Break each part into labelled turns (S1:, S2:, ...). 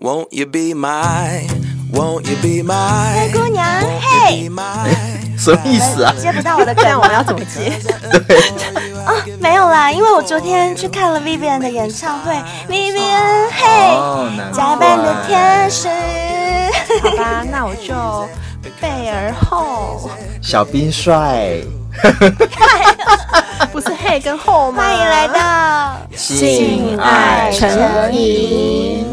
S1: Won't you be my? Won't you be my?
S2: 姑娘
S1: Won't
S2: 嘿
S1: you be my?
S3: 什么意思啊？
S2: 接不到 我的梗，
S4: 但我们要怎么接？
S2: 哦没有啦，因为我昨天去看了 Vivian 的演唱会，Vivian 嘿，
S3: 哦，难
S2: 假扮的
S3: 怪。
S2: 天使，
S4: 好吧，那我就背而后，
S3: 小兵帅，
S4: 不是嘿跟后吗？
S2: 欢迎来到。
S3: 性
S2: 爱成
S3: 瘾。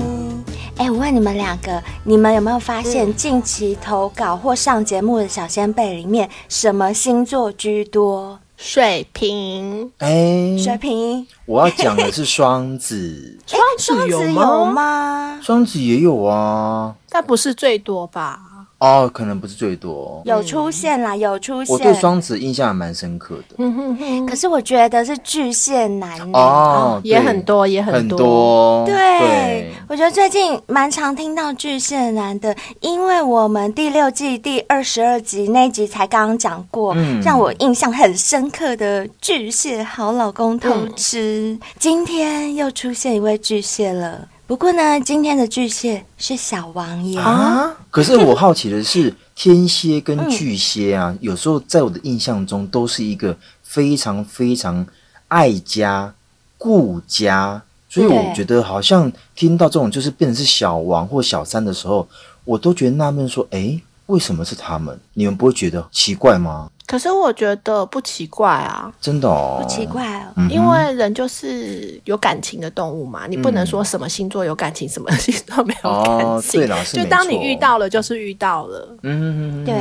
S2: 哎，我问你们两个，你们有没有发现近期投稿或上节目的小先辈里面，什么星座居多？
S4: 水瓶，
S3: 哎，
S2: 水瓶、
S3: 我要讲的是双子，
S4: 双
S2: 双
S4: 子
S2: 子有
S4: 哎吗？
S2: 吗？
S3: 双子也有啊。
S4: 但不是最多吧？
S3: 哦，可能不是最多。
S2: 有出现啦，有出
S3: 我对
S2: 现。
S3: 双子印象还蛮深刻的。
S4: 嗯哼哼，
S2: 可是我觉得是巨蟹男呢
S3: 哦，
S4: 也
S3: 对
S4: 很多也很
S3: 很
S4: 多
S3: 多。
S2: 对，我觉得最近蛮常听到巨蟹男的，因为我们第六季第二十二集那一集才刚刚讲过，
S3: 嗯
S2: 让我印象很深刻的巨蟹好老公偷吃，
S3: 嗯
S2: 今天又出现一位巨蟹了。不过呢，今天的巨蟹是小王爷，
S3: 啊！可是我好奇的是，天蝎跟巨蟹啊，有时候在我的印象中都是一个非常非常爱家、顾家，所以我
S2: 对
S3: 觉得好像听到这种就是变成是小王或小三的时候，我都觉得纳闷说，诶，为什么是他们？你们不会觉得奇怪吗？
S4: 可是我觉得不奇怪啊，
S3: 真的哦，
S2: 不奇怪哦。
S3: 嗯哼，
S4: 因为人就是有感情的动物嘛，你不能说什么星座有感情，什么星座没有感
S3: 哦，
S4: 情。
S3: 对，老师
S4: 就
S3: 没
S4: 当你
S3: 错
S4: 遇，到了，就是遇到了。
S3: 嗯，
S2: 对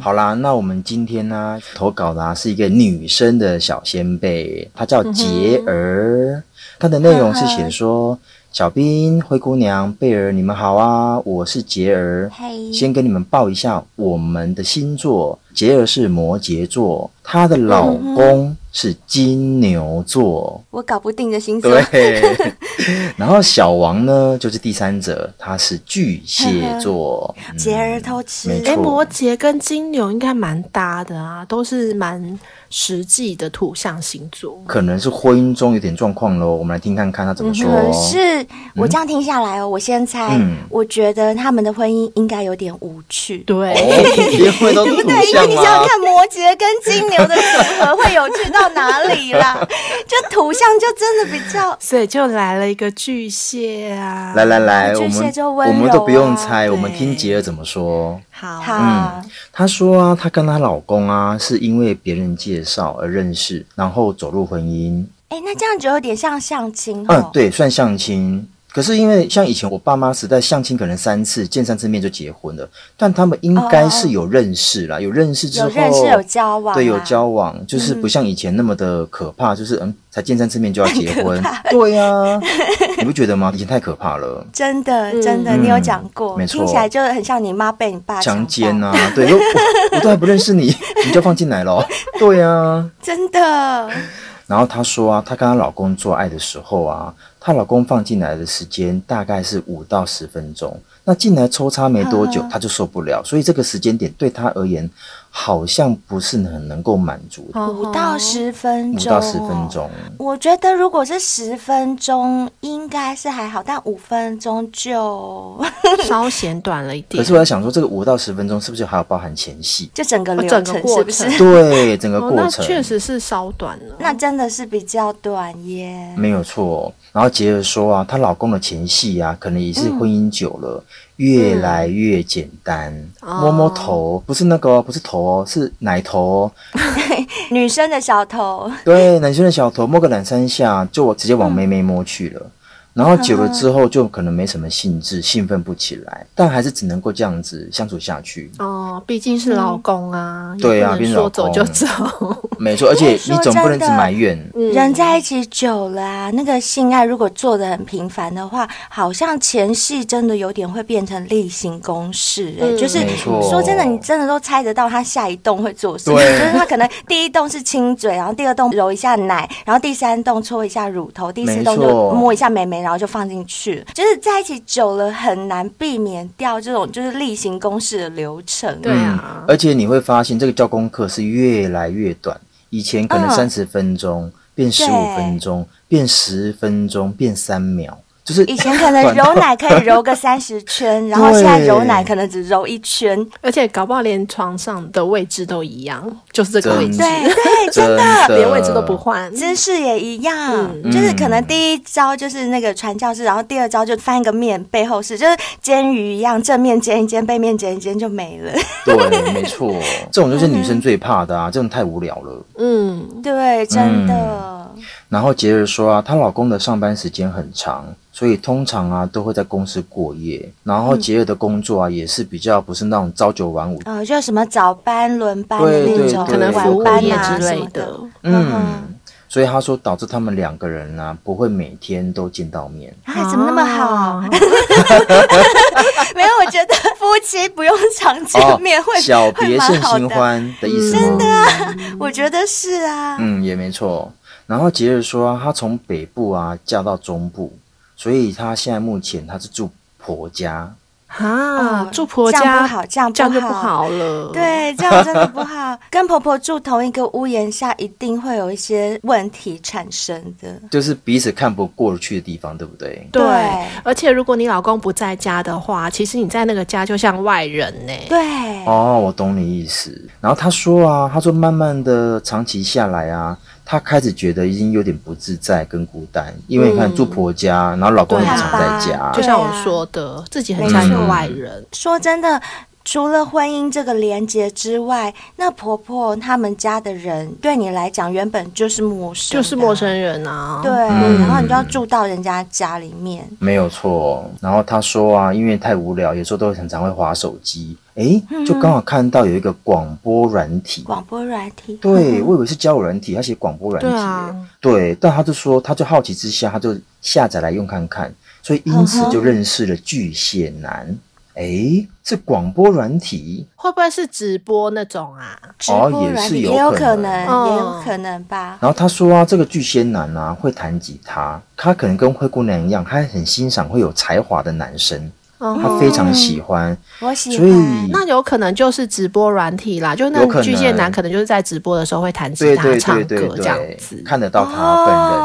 S3: 好啦，那我们今天呢、投稿的、啊、是一个女生的小先辈，她叫杰儿，她的内容是写说：小兵、灰姑娘、贝儿，你们好啊，我是杰儿。
S2: 嘿，
S3: 先跟你们报一下我们的星座，杰儿是摩羯座，她的老公是金牛座，
S2: 我搞不定的星座，
S3: 对。然后小王呢，就是第三者，他是巨蟹座。
S2: 杰
S3: 嗯
S2: 儿偷吃，
S3: 没错
S4: 哎，摩羯跟金牛应该蛮搭的啊，都是蛮实际的土象星座。
S3: 可能是婚姻中有点状况喽。我们来听看看他怎么说。哦
S2: 可嗯是我这样听下来哦，我先猜，
S3: 嗯
S2: 我觉得他们的婚姻应该有点无趣。
S4: 对，
S3: 哦，因为都是土
S2: 对，因为
S3: 象啊
S2: 你想想
S3: 吗？
S2: 看，摩羯跟金牛的组合会有趣到哪里啦？ 就土象就真的比较
S4: 所以就来了一个巨蟹啊。
S3: 来来来，
S2: 巨
S3: 我
S2: 蟹
S3: 们
S2: 就温
S3: 我
S2: 柔啊
S3: 们都不用猜，
S2: 对
S3: 我们听杰儿怎么说。
S4: 好，
S2: 好。
S3: 她说啊，她跟她老公啊，是因为别人介绍而认识，然后走入婚姻。
S2: 哎、那这样就有点像相亲哦。
S3: 嗯，对，算相亲。可是因为像以前我爸妈时代，相亲可能三次见三次面就结婚了，但他们应该是有认识啦，有认识之后
S2: 哦有认识有交往啊
S3: 对，有交往，嗯就是不像以前那么的可怕，就是嗯，才见三次面就要结婚， 对呀、你不觉得吗？以前太可怕 了，
S2: 真的，
S4: 嗯
S2: 真的，
S3: 嗯
S2: 你有讲过，
S3: 没错
S2: 听起来就很像你妈被你爸
S3: 强
S2: 暴
S3: 奸啊，对，我我我都还不认识你，你就放进来了哦，对呀、
S2: 真的，
S3: 然后她说啊，她跟她老公做爱的时候啊，她老公放进来的时间大概是五到十分钟。那进来抽插没多久
S2: 嗯，
S3: 她就受不了，所以这个时间点对她而言好像不是很能够满足。
S4: 哦
S2: 五到十分
S3: 五
S2: 钟、
S3: 到十分。钟，
S2: 我觉得如果是十分钟，应该是还好，但五分钟就？
S4: 稍显短了一点。
S3: 可是我在想说，这个五到十分钟是不是还有包含前戏
S2: 就整个
S4: 哦
S2: 流
S4: 整个
S2: 程
S4: 过
S2: 是不是？
S4: 程
S3: 对，整个
S4: 哦，
S3: 过
S4: 那
S3: 程、
S4: 确实是稍短了。
S2: 那真的是比较短耶。
S3: 没有错。然后杰儿说啊，她老公的前戏啊，可能也
S4: 嗯
S3: 是婚姻久了，越来越简单，
S4: 哦
S3: 摸摸头，不是那个哦，不是头哦，是奶头哦，
S2: 女生的小头，
S3: 对，男生的小头摸个两三下，就我直接往妹妹摸去
S4: 嗯
S3: 了。然后久了之后，就可能没什么兴致，兴奋不起来，但还是只能够这样子相处下去。
S4: 哦，毕竟
S2: 嗯
S4: 是老公啊，也
S3: 对啊
S4: 不
S3: 毕
S4: 能
S3: 竟老
S4: 说走就
S3: 公
S4: 走。
S3: 没错，而且
S2: 说
S3: 你总不能只
S2: 真的
S3: 埋怨。
S4: 嗯
S2: 人在一起久了啊，那个性爱如果做的很频繁的话，好像前戏真的有点会变成例行公事、哎、
S4: 嗯
S2: 就是
S3: 没错
S2: 说真的，你真的都猜得到他下一动会做什么，
S3: 对
S2: 就是他可能第一动是亲嘴，然后第二动揉一下奶，然后第三动搓一下乳头，第四动
S3: 没错
S2: 就摸一下美眉，然后就放进去，就是在一起久了很难避免掉这种就是例行公事的流程，
S4: 对啊，
S3: 嗯而且你会发现，这个交功课是越来越短，以前可能
S2: 嗯
S3: 三十分钟、变十五分钟、变十分钟、变三秒，就是
S2: 以前可能
S3: 反
S2: 揉
S3: 倒
S2: 奶可以揉个三十 圈，然后现在揉奶可能只揉一圈。
S4: 而且搞不好连床上的位置都一样，就是这个位
S3: 真
S4: 置，
S2: 对对，
S3: 真
S2: 真的。
S4: 连位置都不换。
S2: 姿势也一样，
S3: 嗯
S2: 就是可能第一招就是那个传教士，然后第二招就翻个面，背后是就是煎鱼一样，正面煎一煎，背面煎一煎就没了。
S3: 嗯对，没 错，这种就是女生最怕的啊，这种太无聊了。
S4: 嗯，
S2: 对，真的，
S3: 然后杰儿说啊，她老公的上班时间很长，所以通常啊都会在公司过
S4: 嗯
S3: 夜。然后杰儿的工作啊也是比较不是那种朝九晚五，
S2: 嗯、就什么早班、轮班的
S3: 对
S2: 那
S3: 对
S2: 种，
S3: 对
S4: 可能服
S2: 晚
S4: 务
S2: 班
S4: 业
S2: 啊
S4: 之
S2: 什
S4: 类
S2: 么的。
S3: 嗯，所以她说导致他们两个人啊不会每天都见到面。
S2: 啊，怎么那么好？
S4: 啊 哦
S2: 没有，我觉得夫妻不用常见面会、
S3: 哦小
S2: 会
S3: 别
S2: 蛮
S3: 胜
S2: 好
S3: 新
S2: 的。
S3: 欢的意思吗？真的、
S2: 我觉得是啊，
S3: 嗯，也没错。然后杰儿说、啊，她从北部啊嫁到中部，所以她现在目前她是住婆家。
S4: 啊，
S2: 哦
S4: 住婆
S2: 这样
S4: 家
S2: 不好，这样
S4: 这样就不
S2: 好。
S4: 好了。，
S2: 对，这样真的不好。跟婆婆住同一个屋檐下，一定会有一些问题产生 的。
S3: 就是彼此看不过去的地方，对不对？
S4: 对
S2: 对
S4: 而且如果你老公不在家的话，其实你在那个家就像外人呢、
S2: 对，
S3: 哦，我懂你意思。然后他说啊，他说慢慢的长期下来啊，他开始觉得已经有点不自在跟孤单，因为你看
S4: 嗯
S3: 住婆家，然后老公也
S4: 对啊
S3: 常在家，
S4: 就
S2: 对
S4: 像
S2: 啊嗯
S4: 我说的，自己很像一个外人。
S2: 说真的。除了婚姻这个连结之外，那婆婆他们家的人对你来讲原本就是陌生的啊，
S4: 就是陌生人啊，
S2: 对，
S3: 嗯
S2: 然后你就要住到人家家里面，
S3: 没有错。哦然后他说啊，因为太无聊，有时候都很常会划手机，诶，
S4: 嗯
S3: 就刚好看到有一个广播软体。
S2: 广播软体。
S3: 对，我以为是交友软体，他写广播软体
S4: 对
S3: 耶、
S4: 啊，
S3: 对，但他就说，他就好奇之下，他就下载来用看看，所以因此就认识了巨蟹男。诶，是广播软体，
S4: 会不会是直播那种啊？
S2: 直播
S3: 哦也
S2: 软
S3: 是
S2: 体
S3: 有
S2: 也有
S3: 可
S2: 可
S3: 能
S2: 能，
S4: 哦
S2: 也有可能吧。
S3: 然后他说啊，这个巨蟹男啊会弹吉他，他可能跟灰姑娘一样，他很欣赏会有才华的男生，他
S2: 嗯
S4: 哦，
S3: 非常喜欢，
S2: 我喜
S3: 所以
S2: 欢，
S4: 那有可能就是直播软体啦，就那
S3: 有可能
S4: 巨蟹男可能就是在直播的时候会弹吉
S3: 对
S4: 他、
S3: 对
S4: 唱
S3: 对对
S4: 歌这样
S3: 对
S4: 子，。
S3: 看得到他本人这样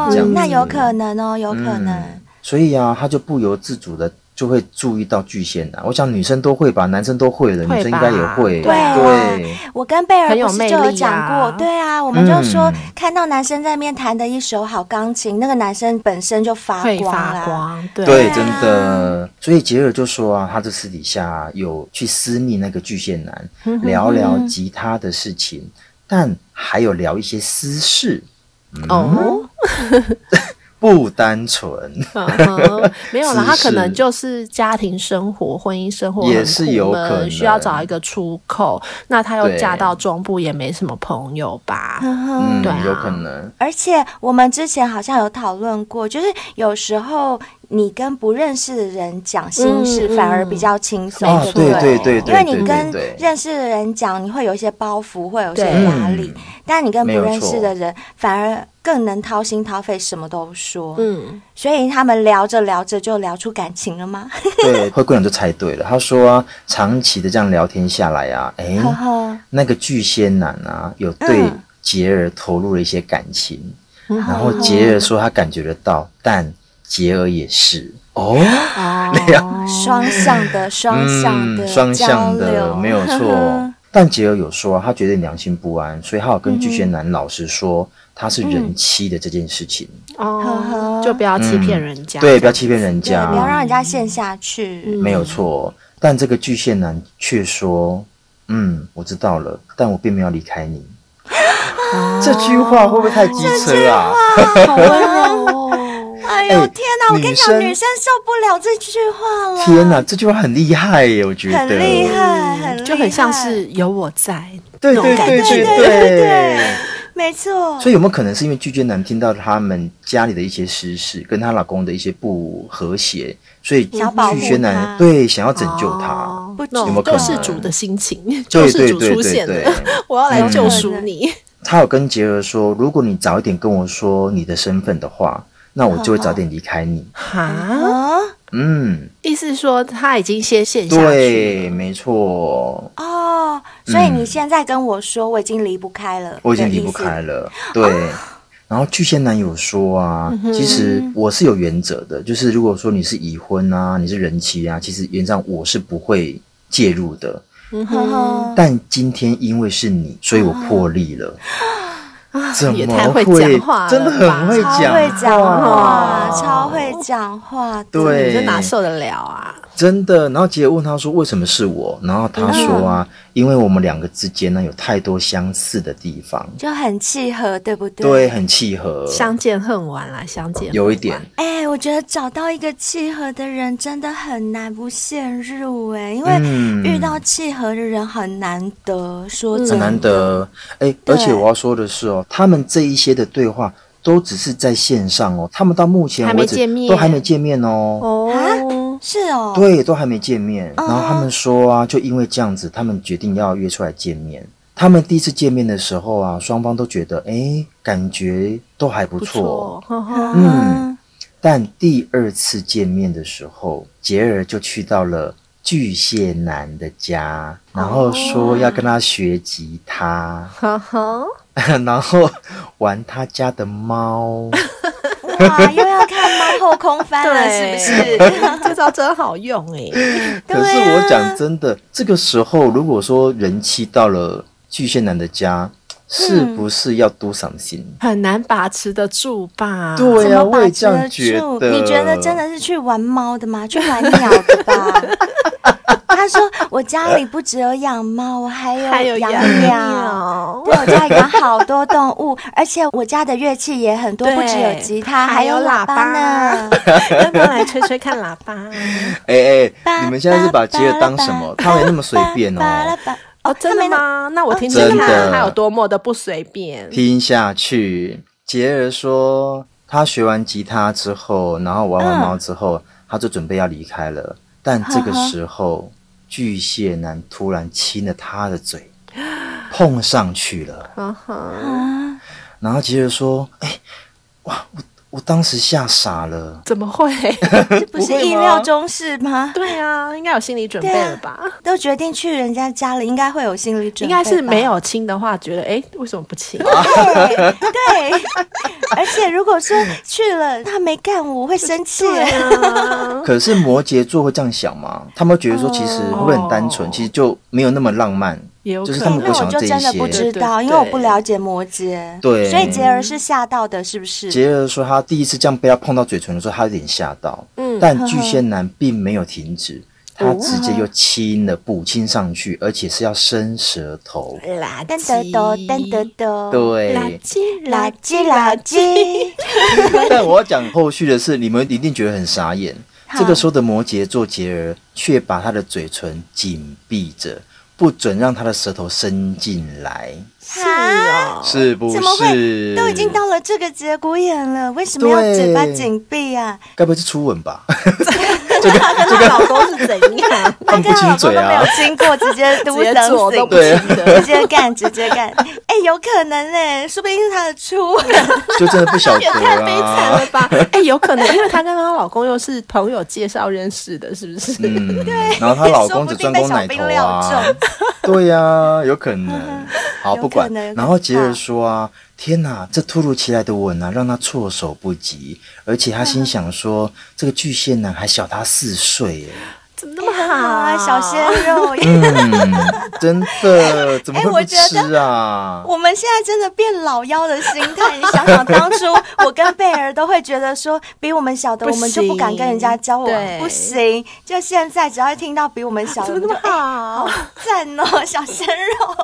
S2: 哦
S3: 子，
S2: 那有可能哦，有可能
S3: 嗯。所以啊，他就不由自主的就会注意到巨蟹男。我想女生都会吧，男生都会的，
S4: 会吧
S3: 女生应该也会，
S4: 对啊
S3: 对
S2: 我跟贝尔
S4: 很有
S2: 不是
S4: 魅
S2: 就有
S4: 力
S2: 讲过，
S4: 啊
S2: 对啊，我们就说、
S3: 嗯
S2: 看到男生在那边弹的一手好钢琴，那个男生本身就发
S4: 会
S2: 光
S4: 发
S2: 啦。
S4: 光，对啊
S3: 对，真的。所以杰尔就说啊，他就私底下有去私密那个巨蟹
S4: 嗯
S3: 男，聊聊吉他的事情，但还有聊一些私事，
S4: 哦，
S3: 不单纯，
S4: 嗯哼没有啦，
S3: 是
S4: 他可能就是家庭生活、婚姻生活
S3: 也
S4: 很
S3: 是
S4: 苦
S3: 有
S4: 闷
S3: 可能
S4: 需要找一个出口。那他又
S3: 对
S4: 嫁到中部，也没什么朋友吧？
S3: 嗯，
S4: 对啊
S3: 有可能。
S2: 而且我们之前好像有讨论过，就是有时候你跟不认识的人讲心事，
S4: 嗯
S2: 反而比较轻松，
S3: 啊，
S2: 对不
S3: 对
S4: 对
S3: 对对
S2: 因
S3: 对，
S2: 为你跟
S3: 对对对
S2: 认识的人讲，你会有一些包袱，会有一些
S4: 对
S2: 压力；
S3: 嗯
S2: 但你跟不
S3: 没有
S2: 认识
S3: 错
S2: 的人，反而更能掏心掏肺，什么都说。
S4: 嗯，
S2: 所以他们聊着聊着就聊出感情了吗？
S3: 对，灰姑娘就猜对了。她说啊，长期的这样聊天下来 啊，哎，
S2: 呵呵，
S3: 那个巨蟹男啊，有对
S2: 嗯
S3: 杰儿投入了一些感情，
S4: 嗯
S3: 然后杰儿说他感觉得到，但杰儿也是哦，
S4: 哦，
S2: 双向的，双向的，
S3: 嗯，双向
S2: 交
S3: 的，
S2: 流
S3: 没 有错。但杰儿有说啊，他觉得良心不安，所以他有
S2: 嗯
S3: 跟巨蟹男老实说他是人妻的这件事情，
S4: 哦
S2: 呵，
S4: 就不要欺
S3: 嗯
S4: 骗人家，
S3: 对，不要欺骗人
S2: 对，
S3: 家，
S2: 不要让人家陷下去。
S3: 没有错。
S2: 嗯
S3: 但这个巨蟹男却说：“嗯，我知道了，但我并没有离开你。”
S2: 哦
S3: 这句话会不会太机车啊？
S4: 好温柔哦。
S2: 哎呦
S3: 哎
S2: 天哪！我跟你讲，
S3: 女生
S2: 女生受不了这句话了，
S3: 天哪，这句话很厉害耶，我觉得
S2: 很厉害，很厉害
S4: 就很像是有我在，
S3: 对对
S4: 感
S3: 对对
S4: 觉
S2: 对对对没错。
S3: 所以有没有可能是因为巨蟹男听到他们家里的一些私事，跟她老公的一些不和谐，所以
S2: 想保护
S3: 巨蟹男
S2: 他
S3: 对想要拯救他？
S4: 哦
S2: 不止
S4: 那种
S3: 有没有
S4: 救
S3: 可
S4: 世
S3: 能
S4: 主的心情，救
S3: 对
S4: 世
S3: 对
S4: 主
S3: 对
S4: 出
S3: 对
S4: 现
S3: 对
S4: 了，，我要来救赎
S2: 嗯
S4: 你。
S3: 他有跟杰儿说，如果你早一点跟我说你的身份的话，那我就会早点离开你。
S4: 哈，
S2: 啊
S3: 嗯，
S4: 意思说他已经先陷下去
S3: 对，
S4: 了。
S3: 没错，
S2: 哦，所以你现在跟我说我已经离不开了，
S4: 哦
S3: 我已经离不开了。对，然然后巨蟹男友说啊，
S4: 嗯
S3: 其实我是有原则的，就是如果说你是已婚啊，你是人妻啊，其实原则上我是不会介入的。
S4: 嗯
S2: 呵
S4: 哼，
S2: 呵
S3: 但今天因为是你，所以我破例了。
S4: 啊
S3: 怎
S4: 也
S3: 么
S4: 太会讲话了吧，
S3: 真的很会
S2: 超
S3: 讲
S2: 会讲话
S3: 话，
S2: 超会讲话的，
S3: 对
S4: 这哪受得了啊？
S3: 真的。然后姐姐问他说为什么是我，然后他说啊，因为我们两个之间呢有太多相似的地方，
S2: 就很契合，对不对？
S3: 对，。很契合，
S4: 相见恨晚啦，相见恨晚
S3: 有一点。
S2: 哎、我觉得找到一个契合的人真的很难，不陷入哎、因为
S3: 嗯
S2: 遇到契合的人很难得，说真的
S3: 很难得。哎、
S2: 对
S3: 而且我要说的是哦，他们这一些的对话都只是在线上哦，他们到目前为
S4: 还没见
S3: 止
S4: 面
S3: 都还没见面哦。
S4: 哦，
S2: 是哦，
S3: 对，都还没见面。然后他们说啊，就因为这样子，他们决定要约出来见面。他们第一次见面的时候啊，双方都觉得哎、感觉都还不
S4: 不
S3: 错。
S4: 错，呵
S2: 啊
S4: 呵
S3: 嗯，但第二次见面的时候，杰尔就去到了巨蟹男的家，然后说要跟他学吉他。
S4: 呵呵，
S3: 然后玩他家的猫，
S2: 哇，又要看猫后空翻 了，是不
S4: 对，
S2: 是？
S4: 这招真好用哎，
S2: 对啊
S3: 可是我讲真的，这个时候如果说人妻到了巨蟹男的家，是不是要 do something？、
S4: 很难把持得住吧？
S3: 对啊，
S2: 怎么
S3: 我
S2: 把
S3: 也
S2: 持
S3: 这样
S2: 得
S3: 觉
S2: 住？
S3: 得。
S2: 你觉得真的？是去玩猫的吗？去玩鸟的 吧？他说：“我家里不只有养猫，我还有
S4: 还有
S2: 养
S4: 啊养哦
S2: 鸟。
S4: 鸟，
S2: 对，我家里养好多动物，而且我家的乐器也很多，
S4: 对
S2: 不只有吉他，
S4: 还有
S2: 有喇呢。
S4: 要不要来吹吹看喇叭？
S3: 哎哎、你们现在是把吉尔当什么？他没那么随便
S2: 巴拉
S3: 哦。
S2: 巴
S4: 哦，真的？吗？那我听听
S3: 真
S4: 看
S3: 的
S4: 他有多么的不随便。
S3: 听下去，杰儿说他学完吉他之后，然后玩完猫之后，他就准备要离开了。但这个时候，巨蟹男突然亲了他的嘴，碰上去了。
S4: 呵呵
S2: 他没那啊，
S3: 然后杰儿说：“哎、哇，我我当时吓傻了。
S4: 怎么会？
S2: 这不是
S3: 不会吗
S2: 意料中事吗？
S4: 对啊，应该有心理准备了吧？
S2: 都决定去人家家了，应该会有心理准
S4: 应
S2: 备吧，
S4: 该是没有亲的话，觉得哎，为什么不亲？
S2: 对对，而且如果说去了他没干我，会生气。
S4: 对啊，
S3: 可是摩羯座会这样想吗？他们会觉得说，其实会不会很单纯？
S4: 哦
S3: 其实就没有那么浪漫。
S4: 也有
S3: 就
S4: 可
S3: 是他
S4: 能
S3: 们
S2: 那
S3: 不
S2: 我
S3: 想
S2: 就
S3: 这一
S2: 真的不
S3: 些
S2: 知道，
S4: 对对对
S2: 因为我不了解摩羯，
S3: 对
S2: 所以杰儿是吓到的，是不是？
S3: 杰儿说，他第一次这样被他碰到嘴唇的时候，他有点吓到。
S4: 嗯
S3: 但巨蟹男并没有停止，
S2: 哦
S3: 他直接又亲了，补亲上去，而且是要伸舌头。
S2: 哎
S4: 垃
S2: 噔得哆，噔得哆，
S3: 对
S4: 垃，圾
S2: 垃圾垃圾，
S3: 但我要讲后续的是，你们一定觉得很傻眼。
S2: 好
S3: 这个时候的摩羯座杰儿却把他的嘴唇紧闭着，不准让他的舌头伸进来，
S4: 是哦，
S3: 是不
S2: 怎么
S3: 是？
S2: 会都已经到了这个节骨眼了，为什么要
S3: 对
S2: 嘴巴紧闭啊？
S3: 该不会是初吻吧？
S4: 她跟她老公是怎样？
S3: 他们不亲
S2: 都
S3: 嘴
S2: 没
S3: 啊
S2: 有。经过，直接
S4: 直
S2: 都
S4: 接做都不
S3: 对
S4: 亲
S2: 直
S4: 的，
S2: 接干，直接干。哎、有可能哎、说不定是他的初吻。
S3: 就真的不晓得
S4: 也太悲惨
S3: 啊。
S4: 了吧？哎，有可能，因为她跟她老公又是朋友介绍认识的，是不是？
S3: 嗯，然后她老公只专攻奶头啊， 对呀、有可 能。
S2: 有
S3: 好，
S2: 可能
S3: 不管
S2: 有可能。
S3: 然后杰尔说啊，天哪，这突如其来的吻啊，让他措手不及，而且他心想 说，这个巨蟹男还小他四岁耶。
S4: 怎么那么 好
S2: 啊，小鲜肉耶！
S3: 嗯，真的，怎么
S2: 哎
S3: 会
S2: 我
S3: 不
S2: 觉得
S3: 吃啊？
S2: 哎我们现在真的变老妖的心态，你想想当初我跟贝尔都会觉得说，比我们小的
S4: 不
S2: 我
S4: 行
S2: 们就不敢跟人家交往，
S4: 对
S2: 不行。就现在只要一听到比我们小的，
S4: 怎
S2: 我
S4: 么
S2: 们
S4: 那
S2: 就
S4: 么好？
S2: 赞哦，小鲜肉。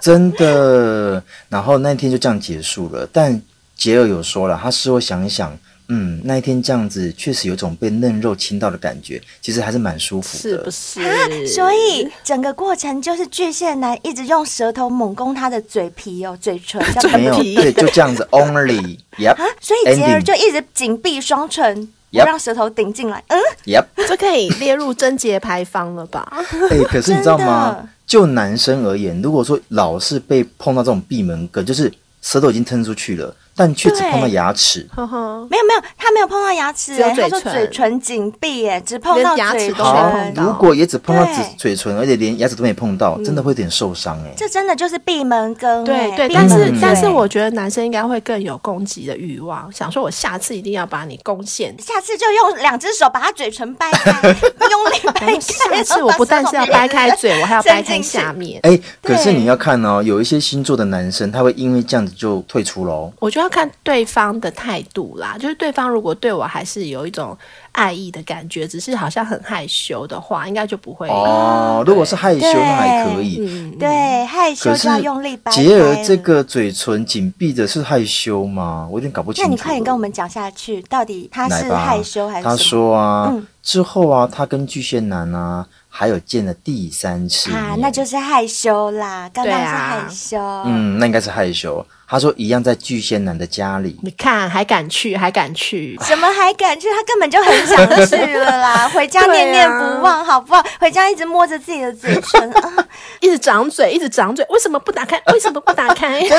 S3: 真的。然后那一天就这样结束了。但杰尔有说了，他事后想一想，嗯，那一天这样子确实有种被嫩肉亲到的感觉，其实还是蛮舒服
S4: 是
S3: 的
S4: 不。是？
S2: 所以整个过程就是巨蟹男一直用舌头猛攻他的嘴皮哦，嘴 唇，这样
S3: 没 有，对，就这样子，only。Yep，
S2: 啊，所以杰
S3: Ending
S2: 儿就一直紧闭双唇，不
S3: Yep
S2: 让舌头顶进来。嗯，
S3: Yep。
S4: 这可以列入贞节牌坊了吧？
S3: 哎、可是你知道
S2: 真
S3: 吗
S2: 的？
S3: 就男生而言，如果说老是被碰到这种闭门羹，就是舌头已经吞出去了，但却只碰到
S2: 对
S3: 牙齿，
S4: 呵呵，
S2: 没有没有，他没有碰到牙齿、
S4: 只有
S2: 欸，他说
S4: 嘴唇
S2: 嘴唇紧闭，哎，只碰
S4: 连
S2: 到
S4: 牙齿
S2: 嘴
S4: 都没
S3: 好
S4: 碰
S2: 唇
S4: 到，
S3: 如果也只碰到嘴
S2: 对
S3: 嘴唇，而且连牙齿都没碰到，真的会有点受伤哎、
S2: 这真的就是闭门羹、
S4: 对
S2: 欸
S4: 对，
S2: 闭
S4: 但
S2: 门
S4: 是
S2: 羹
S4: 但是
S2: 对
S4: 我觉得男生应该会更有攻击的欲望，想说我下次一定要把你攻陷。
S2: 下次就用两只手把他嘴唇掰开，用力掰开。
S4: 下次我不但是要掰开嘴，我还要掰开下面。
S3: 哎、可是
S2: 对
S3: 你要看哦，有一些星座的男生，他会因为这样子就退出喽。
S4: 我就要看对方的态度啦，就是对方如果对我还是有一种爱意的感觉，只是好像很害羞的话，应该就不会。
S3: 哦，如果是害羞，
S2: 对
S3: 那还可以。
S4: 嗯，
S2: 对，害羞
S3: 可是
S2: 就要用力掰开。
S3: 杰儿这，个嘴唇紧闭的是害羞吗？我有点搞不清
S2: 那
S3: 楚。
S2: 你快点跟我们讲下去，到底他
S3: 来
S2: 是
S3: 吧
S2: 害羞还是什么？
S3: 他说啊，
S2: 嗯
S3: 之后啊，他跟巨蟹男啊，还有见了第三次
S2: 啊，
S3: 面
S2: 那就是害羞啦，刚刚
S4: 对
S2: 是
S4: 啊
S2: 害羞。
S3: 嗯，那应该是害羞。他说一样在巨蟹男的家 里，
S4: 你看还敢去，还敢去，
S2: 怎么还敢去？他根本就很想去了 啦，回家念念不忘，好不好？回家一直摸着自己的嘴 唇，啊、
S4: 一直长嘴，一直长嘴，为什么不打开？为什么不打开？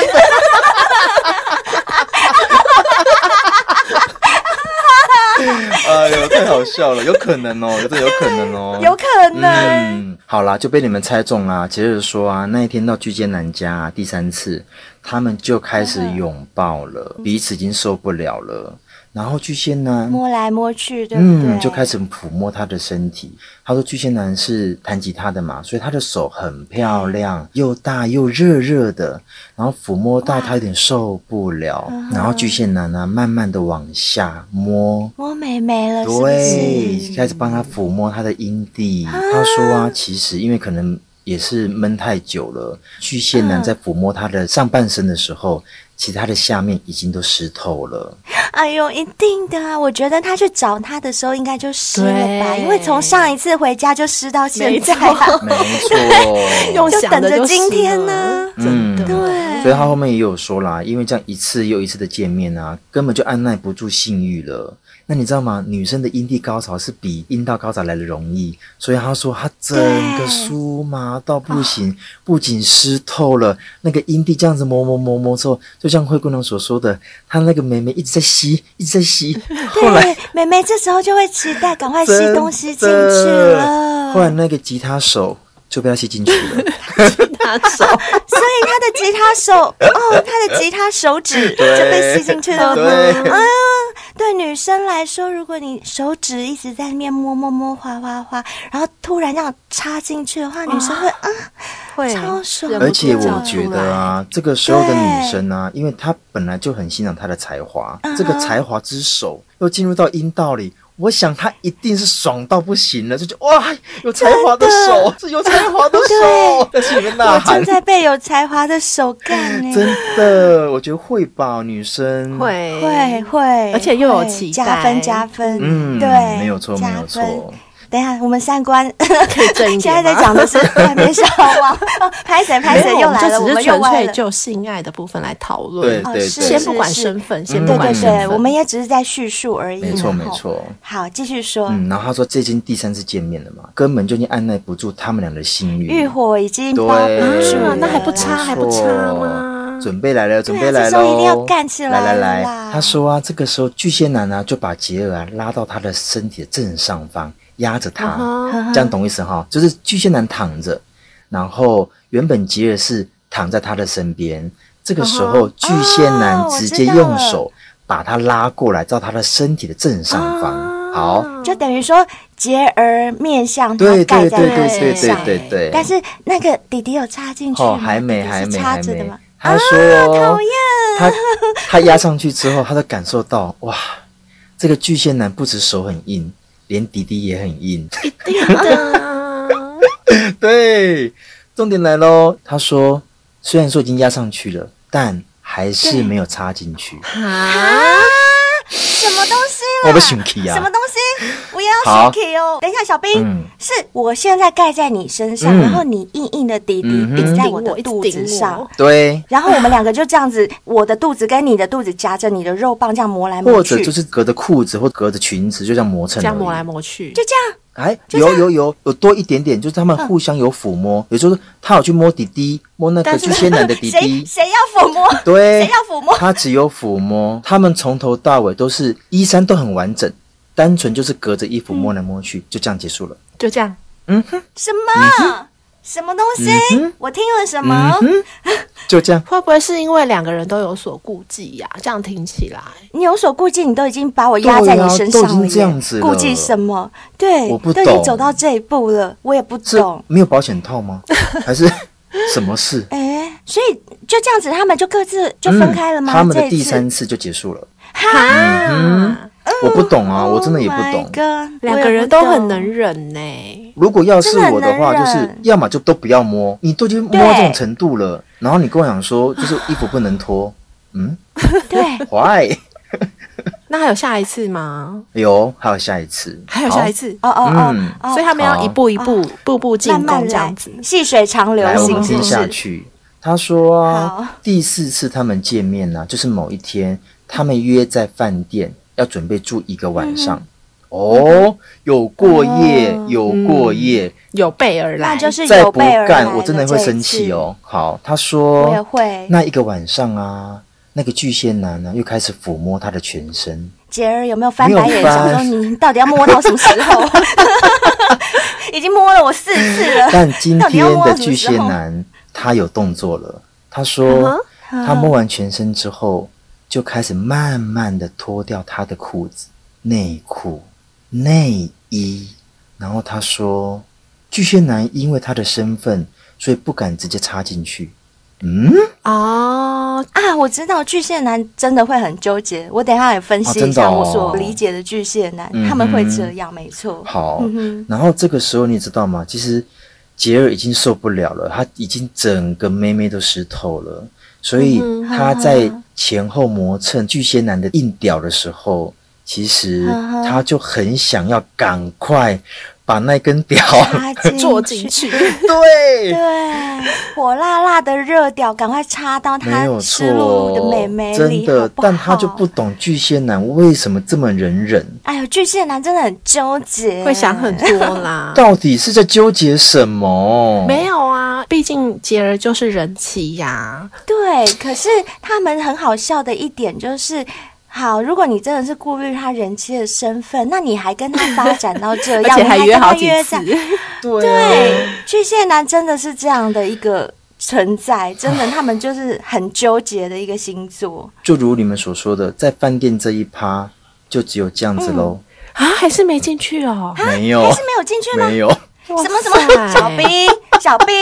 S3: 哎呦，太好笑了，有可能哦，真的有可能 哦，
S2: 有可能。
S3: 嗯，好啦，就被你们猜中啦。杰儿说啊，那一天到居间男家、啊、第三次，他们就开始拥抱了，
S2: 嗯
S3: 彼此已经受不了了。然后巨蟹男，
S2: 摸来摸去，对不对？
S3: 嗯，就开始抚摸她的身体。他说巨蟹男是弹吉他的嘛，所以他的手很漂亮，又大又热热的，然后抚摸到他有点受不了。然后巨蟹男呢、慢慢的往下摸，
S2: 摸美美了，是不
S3: 对，
S2: 是？
S3: 开始帮他抚摸他的阴蒂。他说啊，其实因为可能也是闷太久了，巨蟹男在抚摸他的上半身的时候，其实他的下面已经都湿透了。
S2: 哎呦，一定的啊！我觉得他去找他的时候，应该就湿了吧，
S4: 对
S2: 因为从上一次回家就湿到现在
S4: 没
S2: 啊，
S3: 没错
S4: 用。想
S2: 就
S4: 的
S2: 等着
S4: 是
S2: 今天呢
S4: 了真的。
S3: 嗯所
S2: 对
S3: 以。他后面也有说啦，因为这样一次又一次的见面啊，根本就按耐不住性欲了。那你知道吗？女生的阴蒂高潮是比阴道高潮来的容易，所以他说他整个
S2: 对
S3: 酥麻到不行，不仅湿透了，那个阴蒂这样子磨磨磨磨之后，就像灰姑娘所说的，她那个妹妹一直在吸，一直在 吸，后来
S2: 对，妹妹这时候就会期待赶快吸
S3: 真
S2: 东西进去
S3: 的
S2: 了，
S3: 后来那个吉他手就被他吸进去了。
S4: 他手，
S2: 所以他的吉他 手哦，他的吉他手指就被吸进去了吗？
S3: 对
S2: 啊，对女生来说，如果你手指一直在那边摸摸摸、划划划，然后突然这样插进去的话，女生会啊，
S4: 会
S2: 超爽
S4: 忍不
S3: 而
S4: 住
S3: 且
S4: 叫
S3: 我
S4: 出
S3: 觉得
S4: 来，
S3: 啊，这个时候的女生呢、因为她本来就很欣赏她的才华，这个才华之手又进入到阴道里，我想她一定是爽到不行了，就觉得哇，有才华的手，是有才华的手，在心里面呐
S2: 我
S3: 喊
S2: 正。在被有才华的手干呢、
S3: 真的，我觉得会吧，女生。
S4: 会
S2: 会会，
S4: 而且又有
S2: 会
S4: 期待
S2: 加分加分，
S3: 嗯，
S2: 对，
S3: 没有错，
S2: 加
S3: 没有
S2: 分
S3: 错。
S2: 等一下，我们三观
S4: 可以正一点吗
S2: 现在在讲的是哎外面小王，哦 拍谁拍谁
S4: 没有
S2: 又来了，
S4: 我
S2: 我们
S4: 们就只是
S2: 又
S4: 纯
S2: 歪
S4: 粹
S2: 了。
S4: 就性爱的部分来讨
S3: 对
S4: 论。
S2: 哦
S3: 对
S2: 是
S3: 对
S4: 先，不管身份，先不
S2: 对
S4: 管
S2: 对
S4: 身
S2: 对，
S4: 份，
S2: 我们也只是在叙述而已。
S3: 没错
S2: 然
S3: 没
S2: 后
S3: 错。
S2: 嗯好，继续说，
S3: 嗯，然后她说这已经第三次见面了嘛，根本就已经按耐不住他们俩的性欲。
S2: 欲火已经包
S3: 对
S2: 不住
S4: 啊
S2: 了，
S4: 那还不差
S3: 错
S4: 还不差吗
S3: 准备来了，准备
S2: 啊这
S3: 来
S2: 时
S3: 了，哦
S2: 候一定要干起来
S3: 来
S2: 了
S3: 来
S2: 啦
S3: 来，他说啊，这个时候巨蟹男呢、就把杰尔啊拉到他的身体的正上方，压着他，
S4: 啊
S3: 这样懂意思哈？就是巨蟹男躺着，然后原本杰尔是躺在他的身边，这个时候巨蟹男
S2: 哦我
S3: 直
S2: 知
S3: 接
S2: 道
S3: 用
S2: 了
S3: 手把他拉过来到他的身体的正上
S2: 啊
S3: 方，好。
S2: 就等于说杰儿面向他
S3: 对
S2: 盖在
S3: 对对
S2: 他
S3: 对对
S2: 身上
S3: 对。对对，
S2: 但是那个弟弟有插进去
S3: 哦，
S2: 吗？
S3: 还没，
S2: 弟弟
S3: 还
S2: 是
S3: 没，
S2: 插
S3: 还
S2: 着的
S3: 没
S2: 吗？。啊
S3: 他说，
S2: 讨厌
S3: 他他压上去之后，他就感受到，哇，这个巨蟹男不止手很硬，连弟弟也很硬。
S4: 的。
S3: 对，重点来喽。他说，虽然说已经压上去了，但还是没有插进去。
S4: 啊，
S2: 什么东西啦？
S3: 我被生气啊
S2: 什么东西？我也
S3: 好
S2: 要 k 哦！等一下，小兵，
S3: 嗯
S2: 是我现在盖在你身上，
S3: 嗯
S2: 然后你硬硬的弟弟
S3: 嗯哼
S2: 顶在我的
S4: 顶我一直
S2: 肚
S4: 顶哦
S2: 子
S4: 我
S2: 上，
S3: 对，
S2: 然后我们两个就这样子，我的肚子跟你的肚子夹着你的肉棒这样磨来
S3: 或
S2: 磨去，
S3: 者就是隔着裤子或隔着裙子，就这样磨蹭而已。
S4: 这样磨来磨去，
S2: 就这样。嗯
S3: 哎，有有有有多一点点，就是他们互相有抚摸，也就是他有去摸弟弟，摸那个
S2: 但是
S3: 巨蟹男的 弟
S2: 谁
S3: 弟，
S2: 谁要抚摸？
S3: 对，
S2: 谁要抚摸？
S3: 他只有抚摸，他们从头到尾都是衣衫都很完整，单纯就是隔着衣服摸来摸
S2: 嗯
S3: 去，就这样结束了。
S4: 就这样。
S3: 嗯哼，
S2: 什么？什么东西
S3: 嗯哼？
S2: 我听了什
S3: 嗯
S2: 么？
S3: 哼，就这样。
S4: 会不会是因为两个人都有所顾忌呀、这样听起来，
S2: 你有所顾忌，你都已经把我压在你身上
S3: 对啊都
S2: 了
S3: 已经这样子
S2: 耶！
S3: 了
S2: 顾忌什么？对，
S3: 我不
S2: 都已经
S3: 懂
S2: 走到这一步了，我也不
S3: 是
S2: 懂。
S3: 没有保险套 吗？还是什么事？
S2: 哎，所以就这样子，他们就各自就分开了吗？
S3: 嗯他们
S2: 这
S3: 的
S2: 一
S3: 第
S2: 次嗯
S3: 三次就结束了。
S4: 哈，
S3: 我不懂啊，我真的也不
S2: Oh my。
S3: 懂
S2: God，
S4: 两个人都很能忍呢、
S3: 如果要是我的话，
S2: 真的很
S3: 就
S2: 难忍
S3: 是要么就都不要摸，你都已经摸到这种程度了，然后你跟我讲说，就是衣服不能脱，嗯
S2: 我也不懂对，
S3: ，why？
S4: 那还有下一次吗？
S3: 有，还有下一次，
S4: 还有下一
S3: 次，
S4: 次，哦
S2: 哦哦
S3: 嗯
S2: 哦，
S4: 所以他们要一步一步、步步进
S2: 慢慢
S4: 攻这样
S2: 来
S4: 子。，
S2: 细水长流
S3: 来，我
S2: 型
S3: 们
S2: 是
S3: 听
S2: 不
S3: 下
S2: 是？
S3: 去。他说
S2: 好
S3: 啊，第四次他们见面呢、就是某一天，他们约在饭店要准备住一个晚上。哦，有过夜，
S2: 嗯哦
S3: 有过夜，
S4: 有备而来，
S2: 那就是
S3: 再
S2: 有
S3: 不
S2: 备而来
S3: 干，我真的会生气。哦。好，他
S2: 这一
S3: 说
S2: 次我也会，
S3: 那一个晚上啊，那个巨蟹男呢、又开始抚摸她的全身，
S2: 杰儿有没有翻
S3: 没有
S2: 白眼，
S3: 翻
S2: 想说你到底要摸到什么时候？ 已经摸了我四次 了，
S3: 但今
S2: 到底要
S3: 天
S2: 摸
S3: 的
S2: 到什
S3: 巨
S2: 么时
S3: 蟹
S2: 候？
S3: 男他有动作了，他说他摸完全身之后，就开始慢慢的脱掉他的裤子、内裤、内衣，然后他说，巨蟹男因为他的身份，所以不敢直接插进去。嗯，
S4: 哦，
S2: 啊，我知道巨蟹男真的会很纠结。我等一下也分析一
S3: 哦真的
S2: 下
S3: 哦
S2: 我所理解的巨蟹男，
S3: 嗯哼
S2: 他们会这样，没错。
S3: 好，
S2: 嗯哼，
S3: 然后这个时候你知道吗？其实杰尔已经受不了了，他已经整个妹妹都湿透了，所以
S4: 嗯
S3: 他在前后磨蹭巨蟹男的硬屌的时候，其实
S2: 哈哈
S3: 他就很想要赶快把那根屌
S2: 插进
S4: 坐进去，
S3: 对
S2: 对，火辣辣的热屌，赶快插到
S3: 没
S2: 他
S3: 有错哦
S2: 湿漉漉的美眉
S3: 真
S2: 里，好
S3: 的，
S2: 不好
S3: 但他就不。懂巨蟹男为什么这么忍忍，
S2: 哎呦，巨蟹男真的很纠结，
S4: 会想很多啦。
S3: 到底是在纠结什么？
S4: 没有啊，毕竟杰儿就是人妻呀、
S2: 对。可是他们很好笑的一点就是。好，如果你真的是顾虑他人妻的身份，那你还跟他发展到这
S4: 而
S2: 样，
S4: 且
S2: 你
S4: 还
S2: 跟
S4: 约好
S2: 他
S4: 几
S2: 约
S4: 次
S2: 在。
S3: 对啊
S2: 对，巨蟹男真的是这样的一个存在，真的，他们就是很纠结的一个星座。
S3: 就如你们所说的，在饭店这一趴就只有这样子喽，
S4: 啊，还是没进去哦。
S3: 没有
S2: 还是没有进去吗？
S3: 没有，
S2: 什么什么？
S4: 哇塞
S2: 小兵，小兵，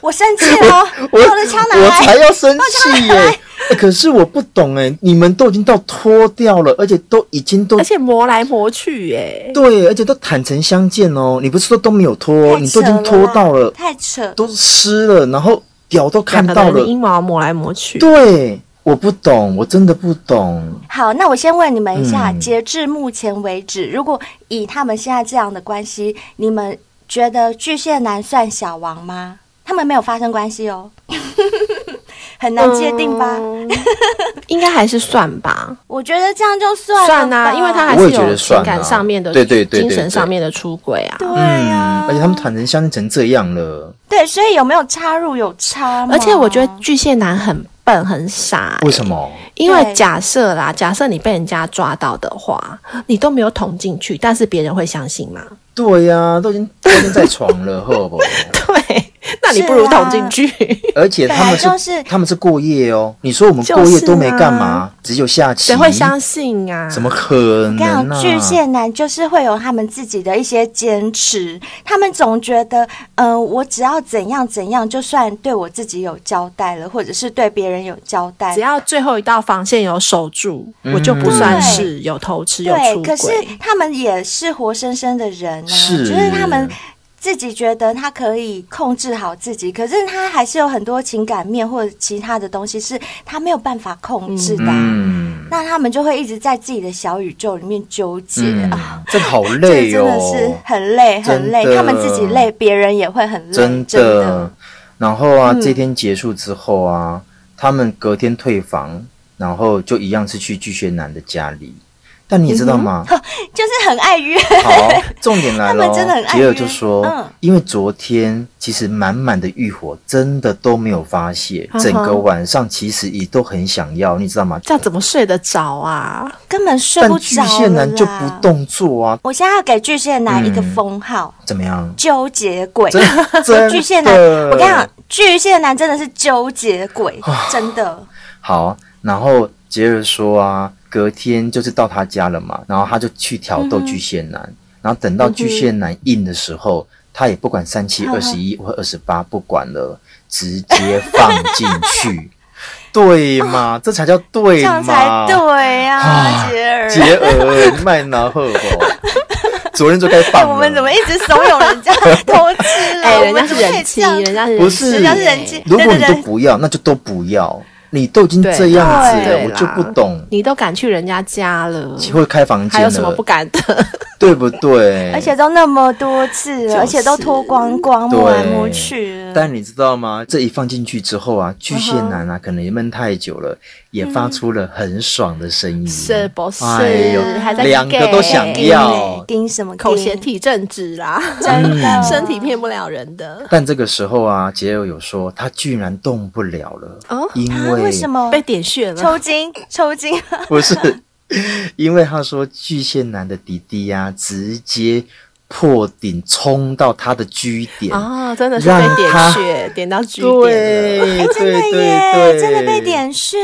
S2: 我生气了，哦
S3: 我
S2: 我的枪拿
S3: 我才
S2: 来。
S3: 要生气耶、欸可是我不懂哎、你们都已经到脱掉了，而且都已经都
S4: 而且磨来磨去、耶。
S3: 对，而且都坦诚相见哦。你不是说都没有脱，
S4: 哦
S2: 太
S3: 你
S2: 扯
S3: 都已经脱到了，
S2: 太扯。
S3: 都湿了，然后屌都看
S4: 两个
S3: 到
S4: 人的
S3: 了。
S4: 阴毛磨来磨去。
S3: 对，我不懂，我真的不懂。
S2: 好，那我先问你们一下，
S3: 嗯
S2: 截至目前为止，如果以他们现在这样的关系，你们觉得巨蟹男算小王吗？他们没有发生关系哦， 很难界定吧？
S4: 嗯应该还是算吧，
S2: 我觉得这样就算了
S4: 算
S2: 吧
S4: 啊，因为他还
S3: 我也
S4: 是
S3: 觉得
S4: 有情
S3: 算啊
S4: 感上面的、
S3: 对对对对
S4: 精神
S3: 对
S4: 上面的出轨啊。
S2: 对
S3: 嗯
S2: 呀、，
S3: 而且他们坦诚相见成这样了，
S2: 对，所以有没有插入有插吗？
S4: 而且我觉得巨蟹男很笨很傻、
S3: 为什？么？
S4: 因为
S2: 对
S4: 假设啦，假设你被人家抓到的话，你都没有捅进去，但是别人会相信吗？
S3: 对呀、都已经都已经在床了， 好不好？
S4: 对，那你
S2: 是
S4: 不如
S2: 啊
S4: 捅进去。
S3: 而且他们
S2: 本来就是啊
S3: 他们是过夜哦。你说我们过夜都没干嘛，只有下棋，
S4: 谁会相？信啊？
S3: 怎么可
S2: 我跟你
S3: 能呢、
S2: 讲，巨蟹男就是会有他们自己的一些坚持，他们总觉得，呃，我只要怎样怎样，就算对我自己有交代了，或者是对别人有交代
S4: 只，要最后一道防线有守住，
S3: 嗯
S4: 我就不算是有偷吃有
S2: 对
S4: 出，
S2: 可是
S4: 轨。
S2: 他们也是活生生的人啊，
S3: 是
S2: 就是他们自己觉得他可以控制好自己，可是他还是有很多情感面或者其他的东西是他没有办法控制的啊、
S3: 嗯
S2: 那他们就会一直在自己的小宇宙里面纠结、
S3: 嗯
S2: 啊。，
S3: 这好
S2: 这
S3: 累
S2: 真的是
S3: 哦，
S2: 很累，很累
S3: 真。的
S2: 他们自己累，别人也会很累，真
S3: 真的。然后
S2: 嗯
S3: 啊，这天结束之后啊，他们隔天退房，然后就一样是去巨蟹男的家里。但你也知道吗？
S2: 就是很爱约。
S3: 好，重点来
S2: 他们真的很
S3: 了。
S2: 爱
S3: 吉尔
S2: 约
S3: 就说，
S2: 嗯
S3: 因为昨天其实满满的欲火真的都没有发
S2: 啊
S3: 泄，
S4: 嗯哼
S3: 整个晚上其实也都很想要，你知道吗？
S4: 这样怎么睡得着啊？
S2: 根本睡
S3: 但
S2: 不
S3: 巨
S2: 着
S3: 蟹
S2: 了
S3: 男
S2: 啦
S3: 就不。动作啊，
S2: 我现在要给巨蟹男一个
S3: 嗯
S2: 封号：
S3: 怎么样？
S2: 纠结鬼。
S3: 真 真
S2: 巨蟹男，
S3: 的
S2: 我跟你讲，巨蟹男真的是纠结鬼，真的。
S3: 好，然后杰尔说啊，隔天就是到他家了嘛，然后他就去挑逗巨蟹男，然后等到巨蟹男硬的时候，他也不管三七二十一或二十八，不管了，直接放进去，对 嘛？这才叫对
S2: 这样才
S3: 嘛？
S2: 对呀、
S3: 啊
S2: 杰儿。
S3: 杰尔，你卖拿赫哦，昨天就该放了。
S2: 哎我们怎么一直怂恿人家偷吃了？
S4: 哎、
S2: 我
S4: 人
S2: 们
S4: 家是
S2: 怎么可以
S4: 人
S2: 这
S4: 妻，
S2: 样
S4: 人家是
S3: 不是
S2: 人家是人妻
S3: 如果
S2: 对
S3: 你
S2: 对
S3: 都
S2: 对
S3: 不要，那就都不要。你都已经
S4: 对
S3: 这样子了，
S4: 对
S3: 我就不懂
S4: 你都敢去人家家了，
S3: 会开房间
S4: 还
S3: 了，
S4: 有什么不敢的？
S3: 对不对？
S2: 而且都那么多次了，
S4: 就是
S2: 而且都脱光光，摸来
S3: 对
S2: 摸哦去嗯了。
S3: 但你知道吗？这一放进去之后啊，巨蟹男啊，可能也闷太久了，也
S2: 嗯
S3: 发出了很爽的声音，
S4: 是不是？
S3: 哎呦
S4: 还在
S3: 两个
S2: 哎
S3: 都想
S2: 盯
S3: 要
S2: 盯什么盯？
S4: 口嫌体正直啦，
S2: 真
S3: 嗯
S2: 的、
S4: 身体骗不了人的，
S3: 但这个时候啊，杰友有说他居然动不了了，
S4: 哦
S3: 因
S2: 啊？
S3: 为
S2: 为什么？
S4: 被点穴了。
S2: 抽筋，抽筋，
S3: 不是，因为他说巨蟹男的弟弟呀、直接破顶冲到他的居点，
S2: 哦
S4: 啊、真的是被
S3: 让他
S4: 点穴，点到局点
S3: 对
S4: 了。
S3: 对
S2: 哎真的
S3: 对
S2: 耶，
S3: 对，
S2: 真的被点穴。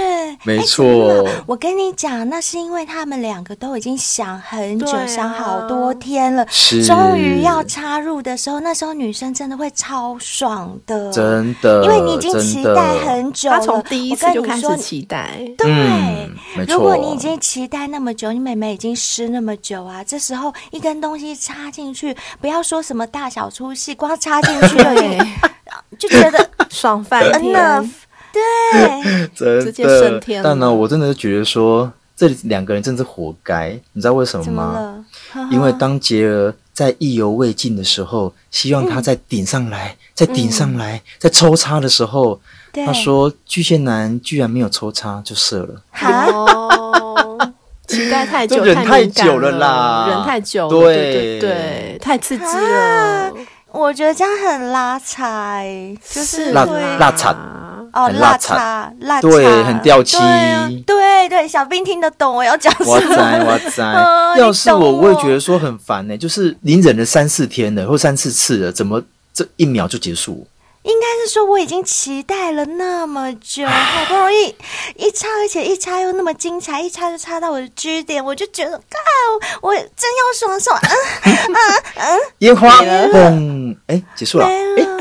S3: 没
S2: 哎
S3: 错
S2: 真的我跟你讲，那是因为他们两个都已经想很久，
S4: 对啊
S2: 想好多天了，
S3: 是
S2: 终于要插入的时候，那时候女生真的会超爽的，
S3: 真的，
S2: 因为你已经期待
S3: 真的
S2: 很久了，
S4: 他从第一
S2: 我
S4: 次
S2: 跟
S4: 就
S2: 你
S4: 开
S2: 说
S4: 始期待，
S2: 对。
S3: 嗯没错
S2: 如果你已经期待那么久，你妹妹已经湿那么久啊，这时候一根东西插进去，不要说什么大小粗细，光插进去就已 经就觉得
S4: 爽翻天。
S2: enough。对，
S3: 真的
S4: 直接升天了
S3: 但呢，我真的觉得说这两个人真是活该，你知道为什么
S2: 怎么
S3: 吗？
S2: 了？
S3: 因为当杰儿在意犹未尽的时候，希望他再顶上来，再顶上来，再抽插的时候，
S2: 嗯对
S3: 他说巨蟹男居然没有抽插就射了。
S2: 哈，
S4: 哦，期待太久，
S3: 这忍太
S4: 敏感
S3: 久了啦
S4: 忍太久了，
S3: 对
S4: 对对对，太刺激了，
S2: 我觉得这样很拉差欸，就是
S3: 拉
S2: 会
S3: 拉惨
S2: 哦，
S3: 很
S2: 拉
S3: 拉惨
S2: 差，拉差，
S3: 对很掉漆
S2: 对啊对对，小兵听得懂我要讲什
S3: 哇塞
S2: 么。
S3: 哇 塞！
S2: 哦
S3: 要是
S2: 你懂
S3: 我，
S2: 我
S3: 我也觉得说很烦呢、就是你忍了三四天了，或三四次了，怎么这一秒就结束？
S2: 应该是说我已经期待了那么 久，好不容易一插，而且一插又那么精彩，一插就插到我的支点，我就觉得，靠，我真要爽 爽，嗯
S3: 烟花嘣，哎、结束了。
S2: 没了。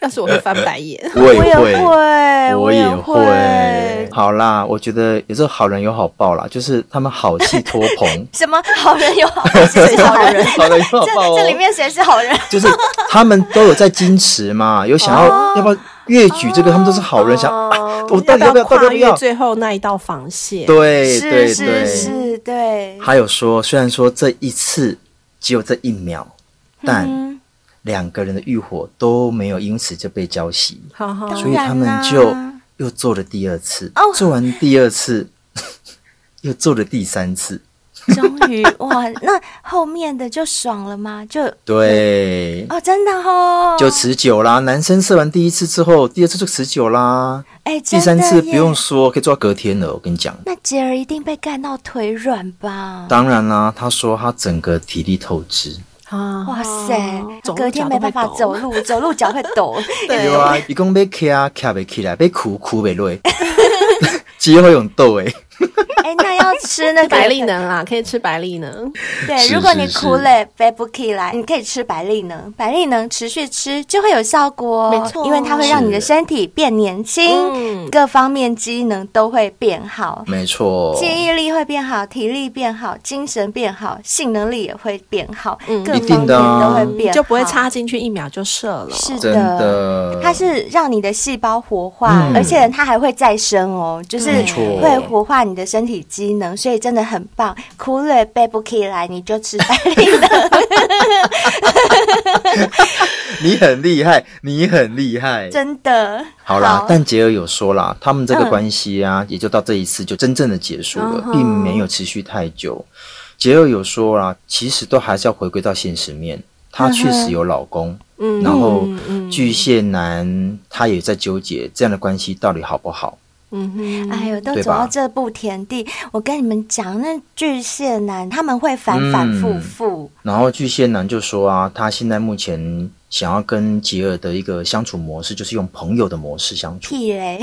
S4: 要是我会翻白眼。
S3: 我
S2: 哎我也
S3: 哎会。
S2: 会，
S3: 我
S2: 哎也，
S3: 也会。好啦，我觉得也是好人有好报啦，就是他们好戏托棚
S2: 什么好人有好报，谁是好 人？
S3: 好人有好报
S2: 这
S3: 哦
S2: 这里。面谁是好人？
S3: 就是他们都有在矜持嘛，有想要、要不要越举
S2: 哦
S3: 这个，他们都是好人，想、啊、 我到底要不要，到底要
S4: 跨
S3: 不
S4: 越
S3: 要？
S4: 最后那一道防线？
S3: 对哎对
S2: 是是
S3: 对。
S2: 是，对。
S3: 还有说，虽然说这一次只有这一秒，但
S2: 嗯
S3: 两个人的欲火都没有因此就被浇熄，
S4: 好好，
S3: 所以
S2: 当然
S3: 他们
S2: 啦
S3: 就又做了第二次，
S2: 哦
S3: 做完第二次 又做了第三次。
S2: 终于哇，那后面的就爽了吗？就
S3: 对，
S2: 哦，真的哦，
S3: 就持久啦。男生射完第一次之后，第二次就持久啦，
S2: 哎，
S3: 第
S2: 真的
S3: 三次不
S2: 耶
S3: 用。说，可以做到隔天了。我跟你讲，
S2: 那杰儿一定被干到腿软吧？
S3: 当然啦，他说他整个体力透支。
S4: 啊
S2: 哇塞，
S4: 走路
S2: 隔天
S4: 脚
S2: 没
S4: 都
S2: 办法
S4: 会抖
S2: 走路，走路脚会抖。
S4: 对
S3: 有啊，一共被卡卡被起来，被苦苦被 累，只会用斗哎。
S2: 哎，那要吃那个
S4: 白丽能啦，可以吃白丽能，
S2: 对，
S3: 是
S2: 如果你
S3: 是
S2: 苦
S3: 是
S2: 累背不起来，你可以吃百利能，百利能持续吃就会有效果哦，
S4: 没错
S2: 因为它会让你的
S3: 是
S2: 身体变年轻，
S4: 嗯
S2: 各方面机能都会变好。
S3: 没错，
S2: 记忆力会变好，体力变好，精神变好，性能力也会变好，各
S3: 一
S2: 方面
S3: 定的啊
S2: 都会变好，
S4: 嗯就不会插进去一秒就射了。
S2: 是
S3: 真
S2: 的。
S3: 的，
S2: 它是让你的细胞活化，
S3: 嗯
S2: 而且它还会再生哦，就是
S3: 没错
S2: 会活化你的身体机能，所以真的很棒。苦累背不起来，你就吃百灵能。
S3: 你很厉害，你很厉害。
S2: 真的。
S3: 好啦，但杰尔有说啦，他们这
S4: 嗯
S3: 个关系啊，也就到这一次就真正的结束了，
S4: 嗯哼
S3: 并没有持续太久。杰尔有说啦，其实都还是要回归到现实面，她确实有老公，
S4: 嗯
S3: 然后
S4: 嗯
S3: 巨蟹男他也在纠结这样的关系到底好不好。
S4: 嗯哼，
S2: 哎呦，都
S3: 对
S2: 走到
S3: 吧
S2: 这步田地，我跟你们讲，那巨蟹男他们会反反复
S3: 嗯
S2: 复，
S3: 然后巨蟹男就说啊，他现在目前想要跟杰尔的一个相处模式，就是用朋友的模式相处，
S2: 屁嘞，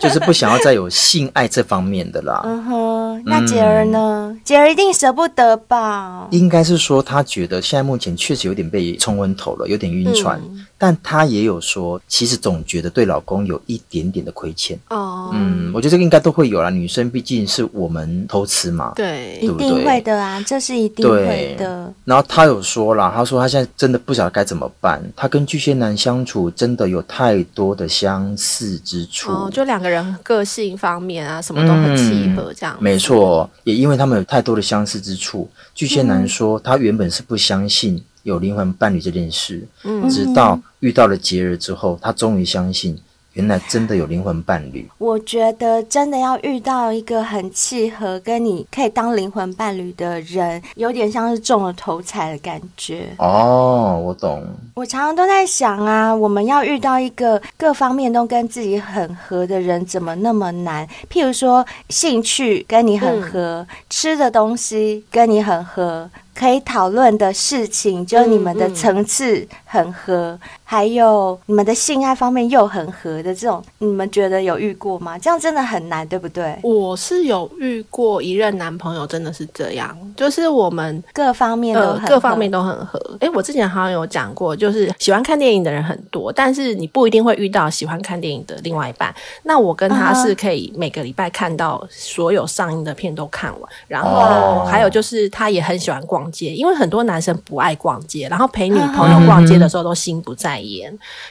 S3: 就是不想要再有性爱这方面的 啦。
S2: 嗯哼。那杰儿呢？杰儿一定舍不得吧？
S3: 应该是说，他觉得现在目前确实有点被冲昏头了，有点晕船。
S4: 嗯
S3: 但他也有说，其实总觉得对老公有一点点的亏欠。
S4: 哦，
S3: 嗯，我觉得这个应该都会有啦。女生毕竟是我们偷吃嘛。
S2: 一
S4: 对，
S3: 对不
S2: 定会的啊，这是一定会
S3: 对
S2: 的。
S3: 然后他有说啦，他说他现在真的不晓得该怎么办。他跟巨蟹男相处真的有太多的相似之处。
S4: 哦，就两个人个性方面啊，什么都很契合，这样、
S3: 嗯没，错，也因为他们有太多的相似之处。巨蟹男说，他原本是不相信有灵魂伴侣这件事，
S4: 嗯
S3: 直到遇到了杰儿之后，他终于相信，原来真的有灵魂伴侣。
S2: 我觉得真的要遇到一个很契合、跟你可以当灵魂伴侣的人，有点像是中了头彩的感觉。
S3: 哦，我懂。
S2: 我常常都在想啊，我们要遇到一个各方面都跟自己很合的人，怎么那么难？譬如说，兴趣跟你很合，
S4: 嗯
S2: 吃的东西跟你很合，可以讨论的事情，就你们的
S4: 嗯
S2: 层次很合，还有你们的性爱方面又很合的这种，你们觉得有遇过吗？这样真的很难，对不对？
S4: 我是有遇过一任男朋友，真的是这样，就是我们
S2: 各方面都
S4: 呃
S2: 很合、
S4: 各方面都很合。诶，我之前好像有讲过，就是喜欢看电影的人很多，但是你不一定会遇到喜欢看电影的另外一半。那我跟他
S2: 嗯
S4: 是
S2: 哼
S4: 可以每个礼拜看到所有上映的片都看完，然后
S3: 哦
S4: 还有就是他也很喜欢逛街，因为很多男生不爱逛街，然后陪女朋友逛街的时候都心不在焉。
S2: 嗯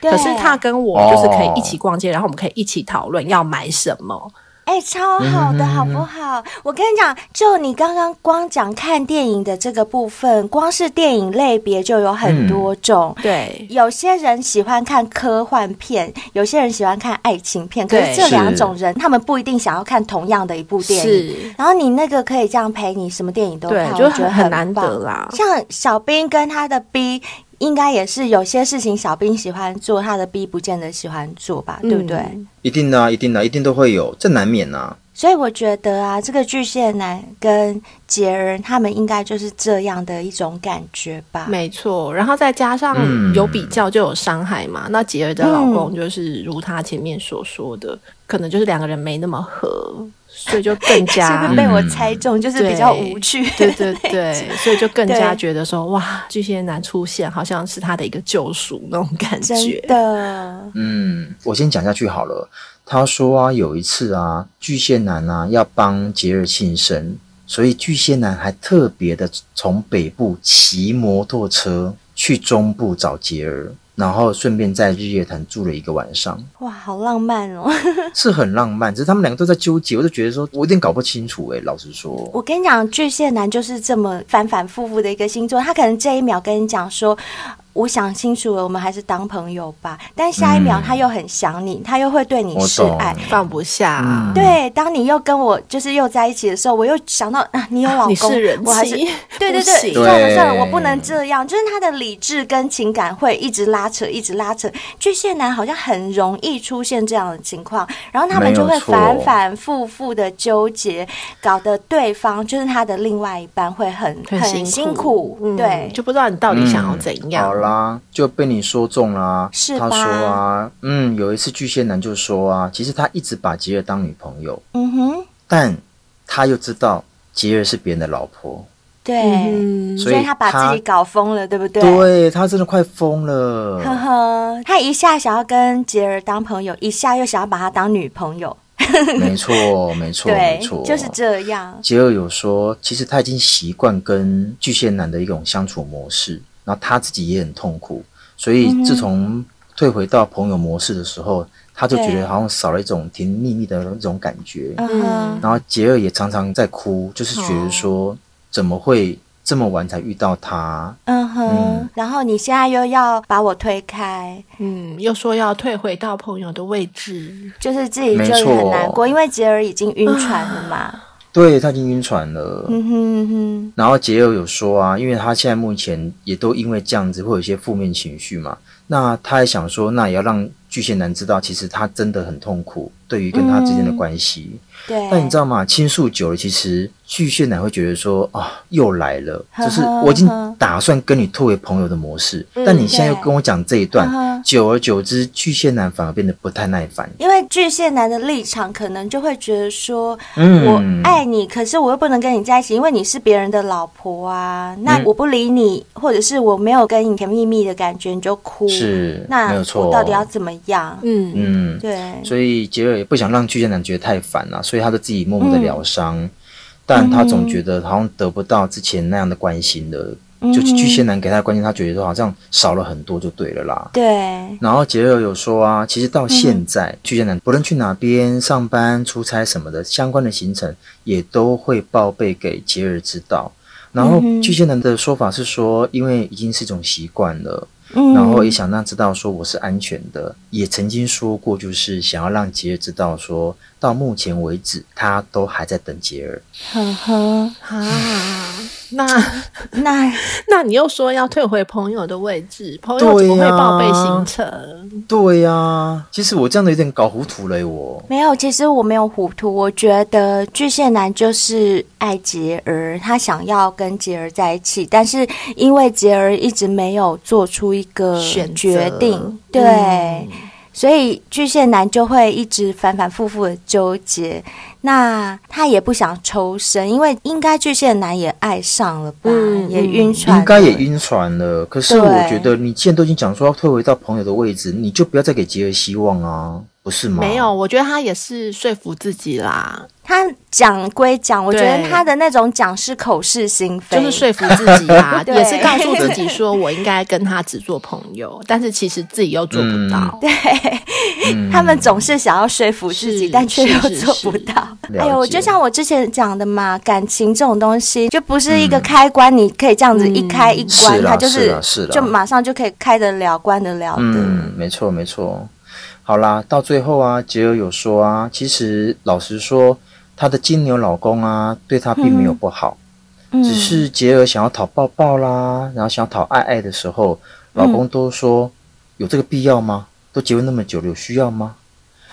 S2: 对
S4: 可是他跟我就是可以一起逛街，然后我们可以一起讨论要买什么。
S2: 哎、超好的，好不好？我跟你讲，就你刚刚光讲看电影的这个部分，光是电影类别就有很
S4: 嗯
S2: 多种。
S4: 对，
S2: 有些人喜欢看科幻片，有些人喜欢看爱情片，可
S4: 对
S2: 是这
S3: 是
S2: 两种人，他们不一定想要看同样的一部电影。
S4: 是。
S2: 然后你那个可以这样陪你什么电影都
S4: 对
S2: 看，，
S4: 就
S2: 我觉得
S4: 很
S2: 很
S4: 难
S2: 棒
S4: 得啦。
S2: 像小兵跟他的 B，应该也是有些事情小兵喜欢做，他的 B 不见得喜欢做吧，对不对？
S4: 嗯
S3: 一定的、啊，一定的、啊，一定都会有，这难免啊。
S2: 所以我觉得啊，这个巨蟹男跟杰儿他们应该就是这样的一种感觉吧。
S4: 没错，然后再加上
S3: 嗯
S4: 有比较就有伤害嘛。那杰儿的老公就是如她前面所说的，可能就是两个人没那么合，所以就更
S2: 是
S4: 加
S2: 不是被我猜中？ 就是比较无趣。
S4: 啊嗯对对对，所以就更加
S2: 对
S4: 觉得说哇，巨蟹男出现好像是他的一个救赎那种感
S2: 真
S4: 觉。
S2: 的，
S3: 嗯，我先讲下去好了。他说啊，有一次啊，巨蟹男啊要帮杰尔庆生，所以巨蟹男还特别的从北部骑摩托车去中部找杰尔，然后顺便在日月潭住了一个晚上，
S2: 哇，好浪漫哦！
S4: 嗯
S3: 是很浪漫。只是他们两个都在纠结，我就觉得说，我有点搞不清楚诶、老实说，
S2: 我跟你讲，巨蟹男就是这么反反复复的一个星座，他可能这一秒跟你讲说。我想清楚了，我们还是当朋友吧。但下一秒
S3: 嗯
S2: 他又很想你，他又会对你
S3: 我
S2: 示
S3: 懂
S2: 爱。
S4: 放不下，
S3: 嗯
S2: 对，当你又跟我就是又在一起的时候，我又想到啊，你有老
S4: 你
S2: 公，
S4: 是人
S2: 我还是
S4: 妻，
S2: 对对
S4: 不
S2: 对，
S4: 行
S2: 算了
S3: 对
S2: 算了，我不能这样。就是他的理智跟情感会一直拉扯，一直拉扯。巨蟹男好像很容易出现这样的情况，然后他们就
S3: 没
S2: 会
S3: 有错
S2: 反反复复的纠结，搞得对方就是他的另外一半会很
S4: 很
S2: 很
S4: 辛
S2: 辛苦。
S4: 嗯
S2: 对，
S4: 就不知道你到底想要
S3: 嗯
S4: 怎样。啊
S3: 好啦，就被你说中啦。
S2: 是吧
S3: 他说啊，嗯，有一次巨蟹男就说啊，其实他一直把杰尔当女朋友，
S2: 嗯哼，
S3: 但他又知道杰尔是别人的老婆，
S2: 对，
S4: 嗯，
S3: 所
S2: 所以他把自己搞疯了，对不对？
S3: 对他真的快疯了。
S2: 呵呵，他一下想要跟杰儿当朋友，一下又想要把她当女朋友，
S3: 没错，没错，
S2: 对
S3: 没错，，
S2: 就是这样。
S3: 杰尔有说，其实他已经习惯跟巨蟹男的一种相处模式，
S2: 嗯
S3: 然后他自己也很痛苦，所以自从退回到朋友模式的时候，他就觉得好像少了一种甜蜜蜜的那种感觉。
S2: 嗯哦哼，
S3: 然后杰尔也常常在哭，就是觉得说怎么会这么晚才遇到他？
S2: 嗯哼
S3: 嗯，
S2: 然后你现在又要把我推开，
S4: 嗯，又说要退回到朋友的位置，
S2: 就是自己
S3: 没
S2: 就
S3: 错
S2: 很难过，因为杰尔已经晕船了 嘛。
S3: 对他已经晕船了。
S2: 嗯哼嗯哼，
S3: 然后杰尔有说啊，因为他现在目前也都因为这样子会有一些负面情绪嘛，那他也想说，那也要让巨蟹男知道，其实他真的很痛苦，对于跟他之间的关系。
S2: 对。
S3: 但你知道吗？倾诉久了，其实巨蟹男会觉得说啊，又来了，
S2: 呵呵
S3: 就是我已经
S2: 呵嗯
S3: 打算跟你退为朋友的模式，但你现在又
S2: 对啊
S3: 跟我讲这一段
S2: 呵嗯呵，
S3: 久而久之，巨蟹男反而变得不太耐烦。
S2: 因为巨蟹男的立场可能就会觉得说，
S3: 嗯
S2: 我爱你，可是我又不能跟你在一起，因为你是别人的老婆啊。那
S3: 嗯
S2: 我不理你，或者是我没有跟你甜蜜蜜的感觉，你就哭，
S3: 是
S2: 那
S3: 没有错
S2: 我到底要怎么样？
S4: 嗯
S3: 嗯，
S2: 对，
S3: 所以杰尔也不想让巨蟹男觉得太烦了、所以他就自己默默的疗伤，但他总觉得好像得不到之前那样的关心了，
S2: 嗯
S3: 就巨蟹男给他的关心，他觉得说好像少了很多就对了啦。
S2: 对，
S3: 然后杰尔有说啊，其实到现在，巨蟹男不论去哪边上班、出差什么的，相关的行程也都会报备给杰尔知道。然后巨蟹男的说法是说，因为已经是一种习惯了，
S2: 嗯
S3: 然后也想让知道说我是安全的，也曾经说过，就是想要让杰尔知道说，到目前为止他都还在等杰尔。
S2: 呵呵，
S4: 啊，那
S2: 那
S4: 那你又说要退回朋友的位置，朋友怎么
S3: 对
S4: 会
S3: 呀
S4: 报备行程？
S3: 对呀、其实我这样的有点搞糊涂了耶我。
S2: 没有，其实我没有糊涂。我觉得巨蟹男就是爱杰儿，他想要跟杰儿在一起，但是因为杰儿一直没有做出一个
S4: 选择嗯
S2: 决定，对，所以巨蟹男就会一直反反复复的纠结。那他也不想抽身，因为应该巨蟹男也爱上了吧，
S4: 嗯
S2: 也
S4: 嗯
S2: 晕船了，
S3: 应该也晕船了，可是我
S2: 对
S3: 觉得你既然都已经讲说要退回到朋友的位置，你就不要再给杰尔希望啊，不是吗？
S4: 没有，，我觉得他也是说服自己啦，
S2: 他讲归讲，我觉得
S4: 对
S2: 他的那种讲是口是心非，
S4: 就是说服自己啦，
S2: 对
S4: 也是告诉自己说我应该跟他只做朋友，但是其实自己又做不到。
S2: 他们总是想要说服自己，
S4: 嗯是
S2: 但却又
S4: 是是
S2: 做不到。
S3: 了
S2: 哎呦，
S3: 解
S2: 就像我之前讲的嘛，感情这种东西就不是一个开关，你可以这样子一开一关，
S3: 嗯是啦
S2: 它就是
S3: 啦是啦
S2: 就马上就可以开得了、关得了的。
S3: 嗯，没错没错。好啦，到最后啊，杰尔有说啊，其实老实说，她的金牛老公啊，对她并没有不好，
S2: 嗯
S3: 只是杰尔想要讨抱抱啦，然后想要讨爱爱的时候，老公
S2: 嗯
S3: 都说、有这个必要吗？都结婚那么久了，有需要吗？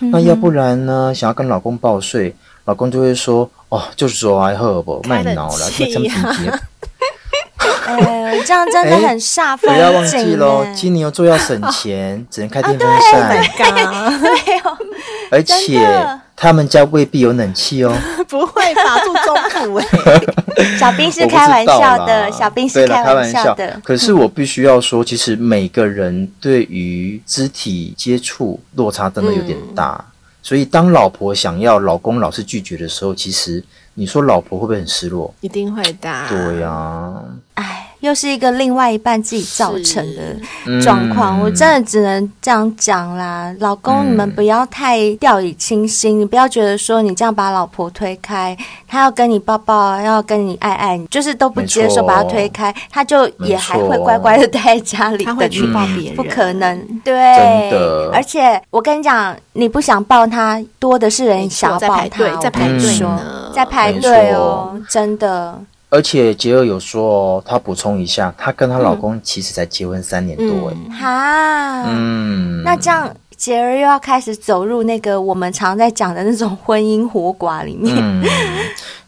S2: 嗯
S3: 那要不然呢？想要跟老公报税，老公就会说：“哦，就是说爱喝不卖
S4: 开冷
S3: 脑了，
S4: 气
S3: 这么体贴。
S2: 哎，这样真的很煞
S3: 不
S2: 风景、
S3: 要忘记喽，
S2: 哎
S3: 金牛座要省钱， 只能开电风扇，
S2: 哦对哦，
S3: 而且他们家未必有冷气 哦。
S4: 不会吧，住中部哎、
S2: 小兵是
S3: 我不知
S2: 开玩笑
S3: 道
S2: 的，
S3: 啦
S2: 小兵是
S3: 对啦开
S2: 玩笑的嗯
S3: 笑。可是我必须要说，其实每个人对于肢体接触落差真的有点大，
S2: 嗯
S3: 所以当老婆想要老公老是拒绝的时候，其实你说老婆会不会很失落？
S4: 一定会的啊。
S3: 对呀、
S2: 哎，又是一个另外一半自己造成的
S3: 是
S2: 状况，
S3: 嗯
S2: 我真的只能这样讲啦。老公，
S3: 嗯
S2: 你们不要太掉以轻心，你不要觉得说你这样把老婆推开，她要跟你抱抱，要跟你爱爱，你就是都不接受，
S3: 没错
S2: 把她推开，她就也还
S3: 没
S2: 会
S3: 错
S2: 乖乖的待在家里
S4: 他
S2: 等
S4: 会
S2: 你
S4: 去抱
S2: 嗯
S4: 别人，嗯
S2: 不可能，对，
S3: 真的
S2: 而且我跟你讲，你不想抱他，多的是人
S4: 没错
S2: 想要
S4: 在
S2: 抱
S4: 排
S2: 他
S4: 队，
S2: 我跟
S4: 在排
S2: 你
S4: 队
S2: 说
S4: 呢，
S2: 在排
S3: 没
S2: 队哦，真的，
S3: 而且杰尔有说哦，她补充一下，她跟她老
S2: 嗯
S3: 公其实才结婚三年多哎。
S2: 哈，
S3: 嗯，
S2: 那这样，杰儿又要开始走入那个我们常在讲的那种婚姻活寡里面。
S3: 嗯，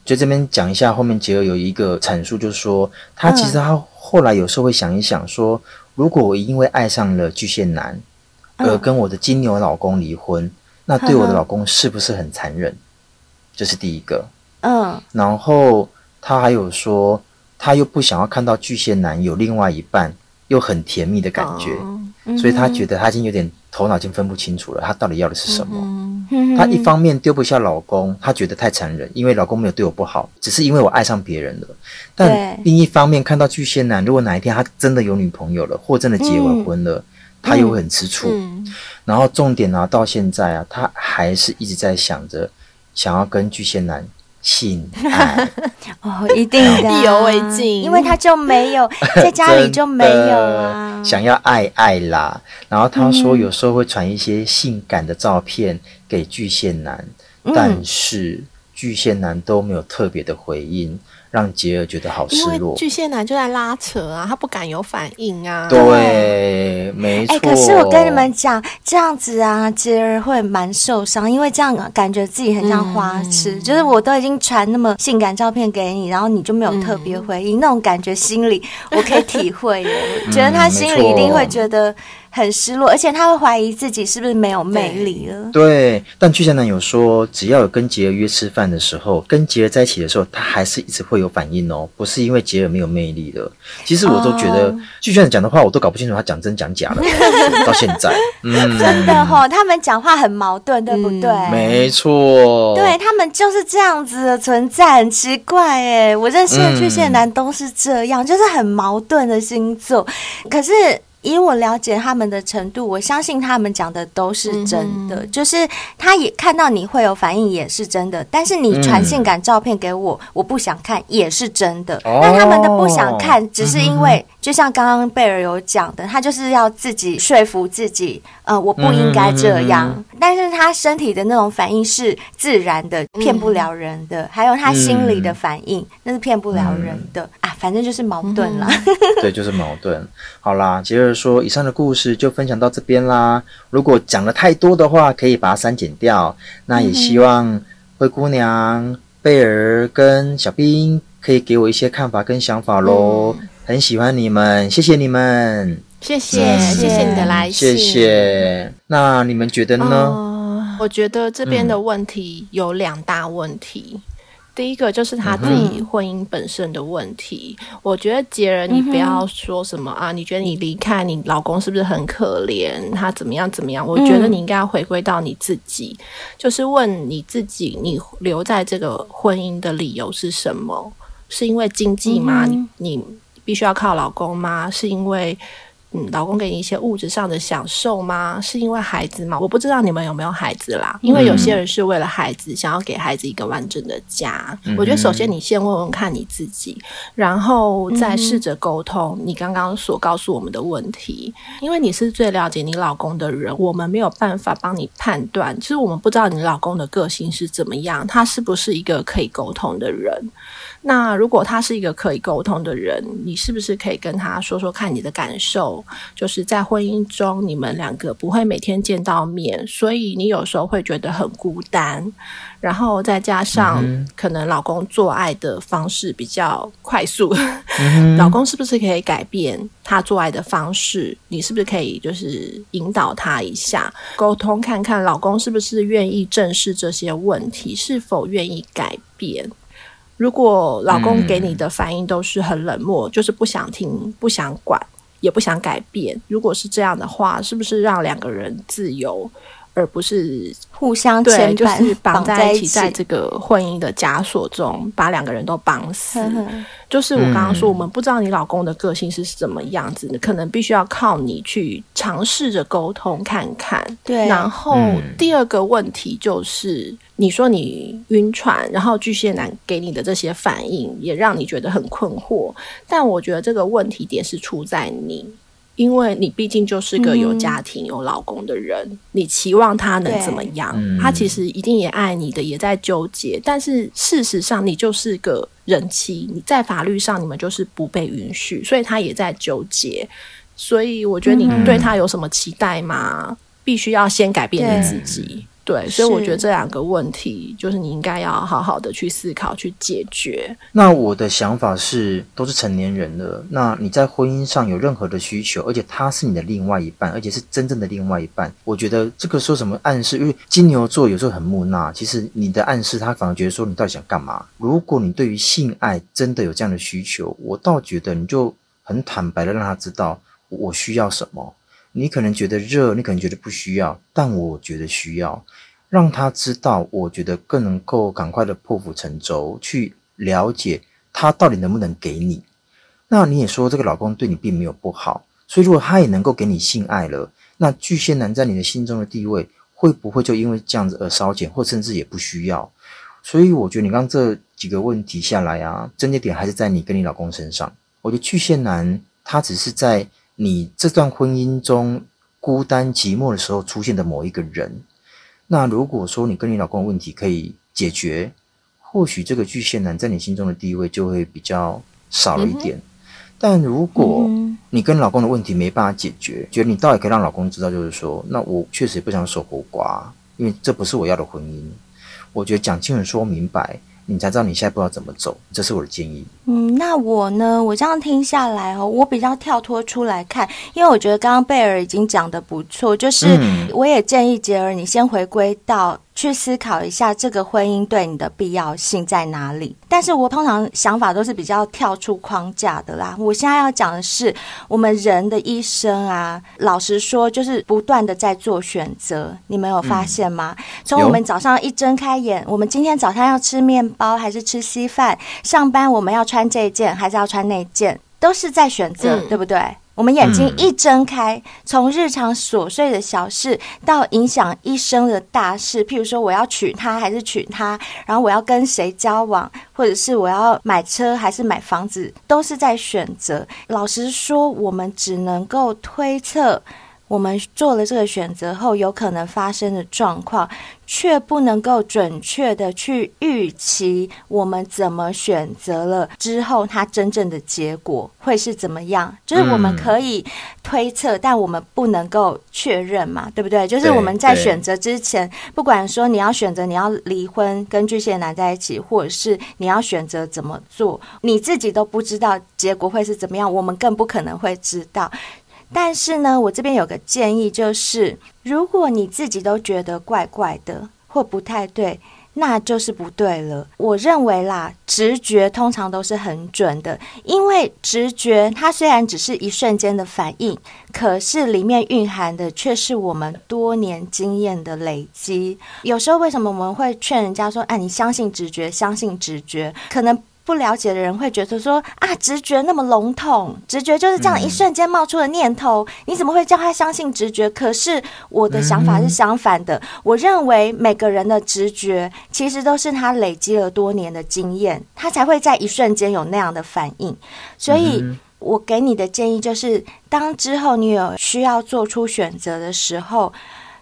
S3: 就这边讲一下，后面杰尔有一个阐述，就是说她其实她后来有时候会想一想说，如果我因为爱上了巨蟹男，而
S2: 嗯
S3: 跟我的金牛老公离婚，那对我的老公是不是很残忍？这是第一个。
S2: 嗯
S3: 然后她还有说，她又不想要看到巨蟹男有另外一半，又很甜蜜的感觉。
S4: 哦
S2: 嗯
S3: 所以他觉得他已经有点头脑已经分不清楚了，他到底要的是什么？
S4: 嗯，
S2: 嗯
S3: 他一方面丢不下老公，他觉得太残忍，因为老公没有对我不好，只是因为我爱上别人了。但
S2: 对
S3: 另一方面，看到巨蟹男，如果哪一天他真的有女朋友了，或真的结完婚了，他又会很吃醋。
S4: 嗯
S3: 然后重点呢、到现在啊，他还是一直在想着想要跟巨蟹男性 爱，
S2: 哦，一定的啊，
S4: 意犹未尽
S2: 因为他就没有在家里就没有啊嗯
S3: 真的。想要爱爱啦。然后他说有时候会传一些性感的照片给巨蟹男，
S2: 嗯
S3: 但是巨蟹男都没有特别的回应，让杰尔觉得好失
S4: 因为
S3: 落。
S4: 巨蟹男就在拉扯啊，他不敢有反应啊。
S3: 对，没错。
S2: 哎、可是我跟你们讲，这样子啊，杰儿会蛮受伤，因为这样感觉自己很像花痴，
S3: 嗯
S2: 就是我都已经传那么性感照片给你，然后你就没有特别回应，那种感觉心 里我可以体会耶，我觉得他心里一定会觉得很失落，而且他会怀疑自己是不是没有魅力了。
S3: 对，但巨蟹男有说，只要有跟杰儿约吃饭的时候，跟杰儿在一起的时候，他还是一直会有反应哦，不是因为杰儿没有魅力的。其实我都觉得、
S2: 哦
S3: 巨蟹男讲的话，我都搞不清楚他讲真讲假 了，到现在，嗯，
S2: 真的吼，他们讲话很矛盾，对不对？
S3: 没错，
S2: 对他们就是这样子的存在，很奇怪哎。我认识的巨蟹男都是这样，就是很矛盾的星座。可是以我了解他们的程度，我相信他们讲的都是真的。就是他也看到你会有反应，也是真的。但是你传性感照片给我，我不想看，也是真的。
S3: 哦
S2: 那他们的不想看，只是因为就像刚刚贝尔有讲的，他就是要自己说服自己，呃，我不应该这样。但是他身体的那种反应是自然的，骗不了人的。还有他心里的反应，那是骗不了人的、啊。反正就是矛盾啦。
S3: 对，就是矛盾。好啦，杰儿说，以上的故事就分享到这边啦。如果讲的太多的话，可以把它删减掉。那也希望灰姑娘、贝儿跟小兵可以给我一些看法跟想法喽。
S4: 嗯
S3: 很喜欢你们，谢谢你们，
S4: 谢谢，谢谢你的来信，
S3: 嗯谢谢。那你们觉得呢？
S4: 哦我觉得这边的问题有两大问题。第一个就是他自己婚姻本身的问题，我觉得杰人，你不要说什么、啊，你觉得你离开你老公是不是很可怜，他怎么样怎么样？我觉得你应该要回归到你自己，就是问你自己，你留在这个婚姻的理由是什么？是因为经济吗？你你必须要靠老公吗？是因为嗯，老公给你一些物质上的享受吗？是因为孩子吗？我不知道你们有没有孩子啦，因为有些人是为了孩子，想要给孩子一个完整的家。我觉得首先你先问问看你自己，然后再试着沟通你刚刚所告诉我们的问题，因为你是最了解你老公的人，我们没有办法帮你判断，就是我们不知道你老公的个性是怎么样，他是不是一个可以沟通的人。那如果他是一个可以沟通的人，你是不是可以跟他说说看你的感受？就是在婚姻中，你们两个不会每天见到面，所以你有时候会觉得很孤单。然后再加上可能老公做爱的方式比较快速，老公是不是可以改变他做爱的方式？你是不是可以就是引导他一下，沟通看看老公是不是愿意正视这些问题，是否愿意改变？如果老公给你的反应都是很冷漠，就是不想听、不想管、也不想改变，如果是这样的话，是不是让两个人自由，而不是
S2: 互相
S4: 对，
S2: 牵
S4: 就
S2: 绊
S4: 是绑
S2: 在
S4: 在
S2: 一
S4: 起，在这个婚姻的枷锁中，把两个人都绑死。
S2: 嗯
S4: 就是我刚刚说，我们不知道你老公的个性是什么样子，可能必须要靠你去尝试着沟通看看。
S2: 对
S4: 然后
S3: 嗯
S4: 第二个问题就是，你说你晕船，然后巨蟹男给你的这些反应也让你觉得很困惑，但我觉得这个问题点是出在你。因为你毕竟就是个有家庭、有老公的人，你期望他能
S2: 对
S4: 怎么样？
S3: 嗯
S4: 他其实一定也爱你的，也在纠结。但是事实上，你就是个人妻，你在法律上你们就是不被允许，所以他也在纠结。所以我觉得你对他有什么期待吗？必须要先改变你自己。对，所以我觉得这两个问题，就是你应该要好好的去思考、去解决。
S3: 那我的想法是，都是成年人了，那你在婚姻上有任何的需求，而且他是你的另外一半，而且是真正的另外一半，我觉得这个说什么暗示，因为金牛座有时候很木讷，其实你的暗示他反而觉得说你到底想干嘛。如果你对于性爱真的有这样的需求，我倒觉得你就很坦白的让他知道我需要什么。你可能觉得热，你可能觉得不需要，但我觉得需要。让他知道，我觉得更能够赶快的破釜沉舟，去了解他到底能不能给你。那你也说这个老公对你并没有不好，所以如果他也能够给你性爱了，那巨蟹男在你的心中的地位会不会就因为这样子而稍减，或甚至也不需要？所以我觉得你刚刚这几个问题下来啊，症结点还是在你跟你老公身上。我觉得巨蟹男他只是在你这段婚姻中孤单寂寞的时候出现的某一个人。那如果说你跟你老公的问题可以解决，或许这个巨蟹男在你心中的地位就会比较少了一点。但如果你跟老公的问题没办法解决，觉得你倒也可以让老公知道，就是说，那我确实也不想守活寡，因为这不是我要的婚姻。我觉得讲清楚、说明白，你才知道你现在不知道怎么走，这是我的建议。
S2: 嗯，那我呢？我这样听下来哦，我比较跳脱出来看，因为我觉得刚刚贝尔已经讲的不错，就是
S3: 嗯
S2: 我也建议杰儿你先回归到去思考一下这个婚姻对你的必要性在哪里。但是我通常想法都是比较跳出框架的啦。我现在要讲的是，我们人的一生啊，老实说就是不断的在做选择，你们有发现吗？从我们
S3: 嗯有
S2: 早上一睁开眼，我们今天早上要吃面包还是吃稀饭？上班我们要穿这件还是要穿那件，都是在选择，
S4: 嗯
S2: 对不对？我们眼睛
S3: 嗯
S2: 一睁开，从日常琐碎的小事到影响一生的大事，譬如说我要娶她还是娶她，然后我要跟谁交往，或者是我要买车还是买房子，都是在选择。老实说，我们只能够推测我们做了这个选择后有可能发生的状况，却不能够准确的去预期我们怎么选择了之后，它真正的结果会是怎么样。就是我们
S3: 嗯
S2: 可以推测，但我们不能够确认嘛，对不对？就是
S3: 嗯对
S2: 我们在
S3: 对
S2: 选择之前，不管说你要选择你要离婚跟巨蟹男在一起，或者是你要选择怎么做，你自己都不知道结果会是怎么样，我们更不可能会知道。但是呢，我这边有个建议，就是如果你自己都觉得怪怪的或不太对，那就是不对了。我认为啦，直觉通常都是很准的，因为直觉它虽然只是一瞬间的反应，可是里面蕴含的却是我们多年经验的累积。有时候为什么我们会劝人家说：“哎、你相信直觉，相信直觉。”可能不了解的人会觉得说：“啊，直觉那么笼统，直觉就是这样一瞬间冒出的念头，你怎么会叫他相信直觉？”可是我的想法是相反的。我认为每个人的直觉其实都是他累积了多年的经验，他才会在一瞬间有那样的反应。所以。我给你的建议就是，当之后你有需要做出选择的时候，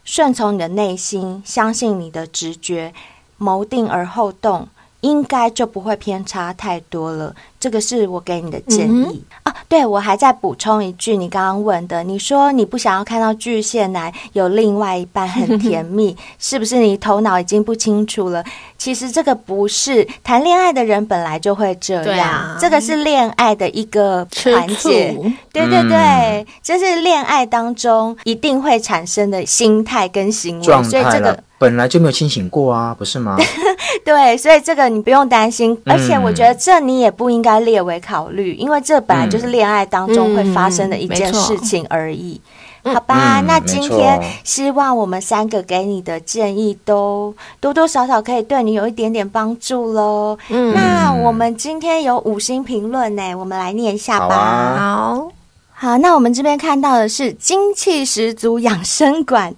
S2: 顺从你的内心，相信你的直觉，谋定而后动，应该就不会偏差太多了。这个是我给你的建
S4: 嗯
S2: 议、啊。对，我还在补充一句，你刚刚问的，你说你不想要看到巨蟹男有另外一半很甜 蜜，是不是你头脑已经不清楚了？其实这个不是，谈恋爱的人本来就会这
S4: 对
S2: 样，
S4: 啊
S2: 这个是恋爱的一个
S4: 吃
S2: 环节。
S4: 醋，
S2: 对对
S3: 嗯
S2: 对，这是恋爱当中一定会产生的心态跟行为，
S3: 状
S2: 所以
S3: 态
S2: 这
S3: 了，
S2: 个
S3: 本来就没有清醒过啊，不是吗？
S2: 对，所以这个你不用担心。而且我
S3: 嗯
S2: 觉得这你也不应该列为考虑，因为这本来就是恋爱当中会发生的一件
S4: 嗯没错
S2: 事情而已。好吧，
S3: 嗯
S2: 那
S3: 没
S2: 今
S3: 错
S2: 天希望我们三个给你的建议都多多少少可以对你有一点点帮助喽。
S4: 嗯
S2: 那我们今天有五星评论呢，我们来念一下吧。
S3: 好啊
S4: 好，
S2: 好，那我们这边看到的是精气十足养生馆，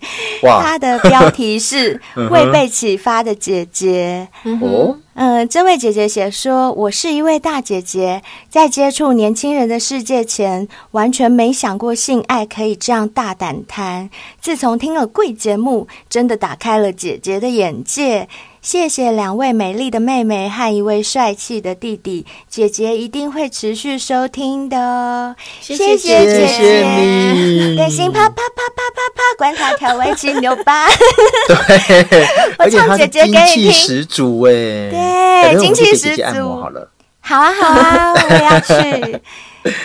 S3: 哇
S2: 它的标题是
S3: 嗯
S2: 《
S3: 哼
S2: 未被启发的姐姐》。
S4: 嗯
S3: 哦
S4: 哼，，
S2: 嗯，这位姐姐写说：“我是一位大姐姐，在接触年轻人的世界前，完全没想过性爱可以这样大胆谈。自从听了贵节目，真的打开了姐姐的眼界。谢谢两位美丽的妹妹和一位帅气的弟弟，姐姐一定会持续收听的哦。
S4: 谢
S2: 谢
S4: 谢
S2: 姐
S3: 谢谢你，
S2: 对，心啪啪啪啪啪啪，管他调味七牛 八。
S3: 对，而且
S2: 唱
S3: 他
S2: 姐
S3: 是
S2: 姐
S3: 精
S2: 给你
S3: 气
S2: 听
S3: 十足哎，
S2: 对
S3: 改天我
S2: 精
S3: 们
S2: 气
S3: 去给姐
S2: 十
S3: 姐按
S2: 足
S3: 摩好了。
S2: 好啊，好 啊，我也要去。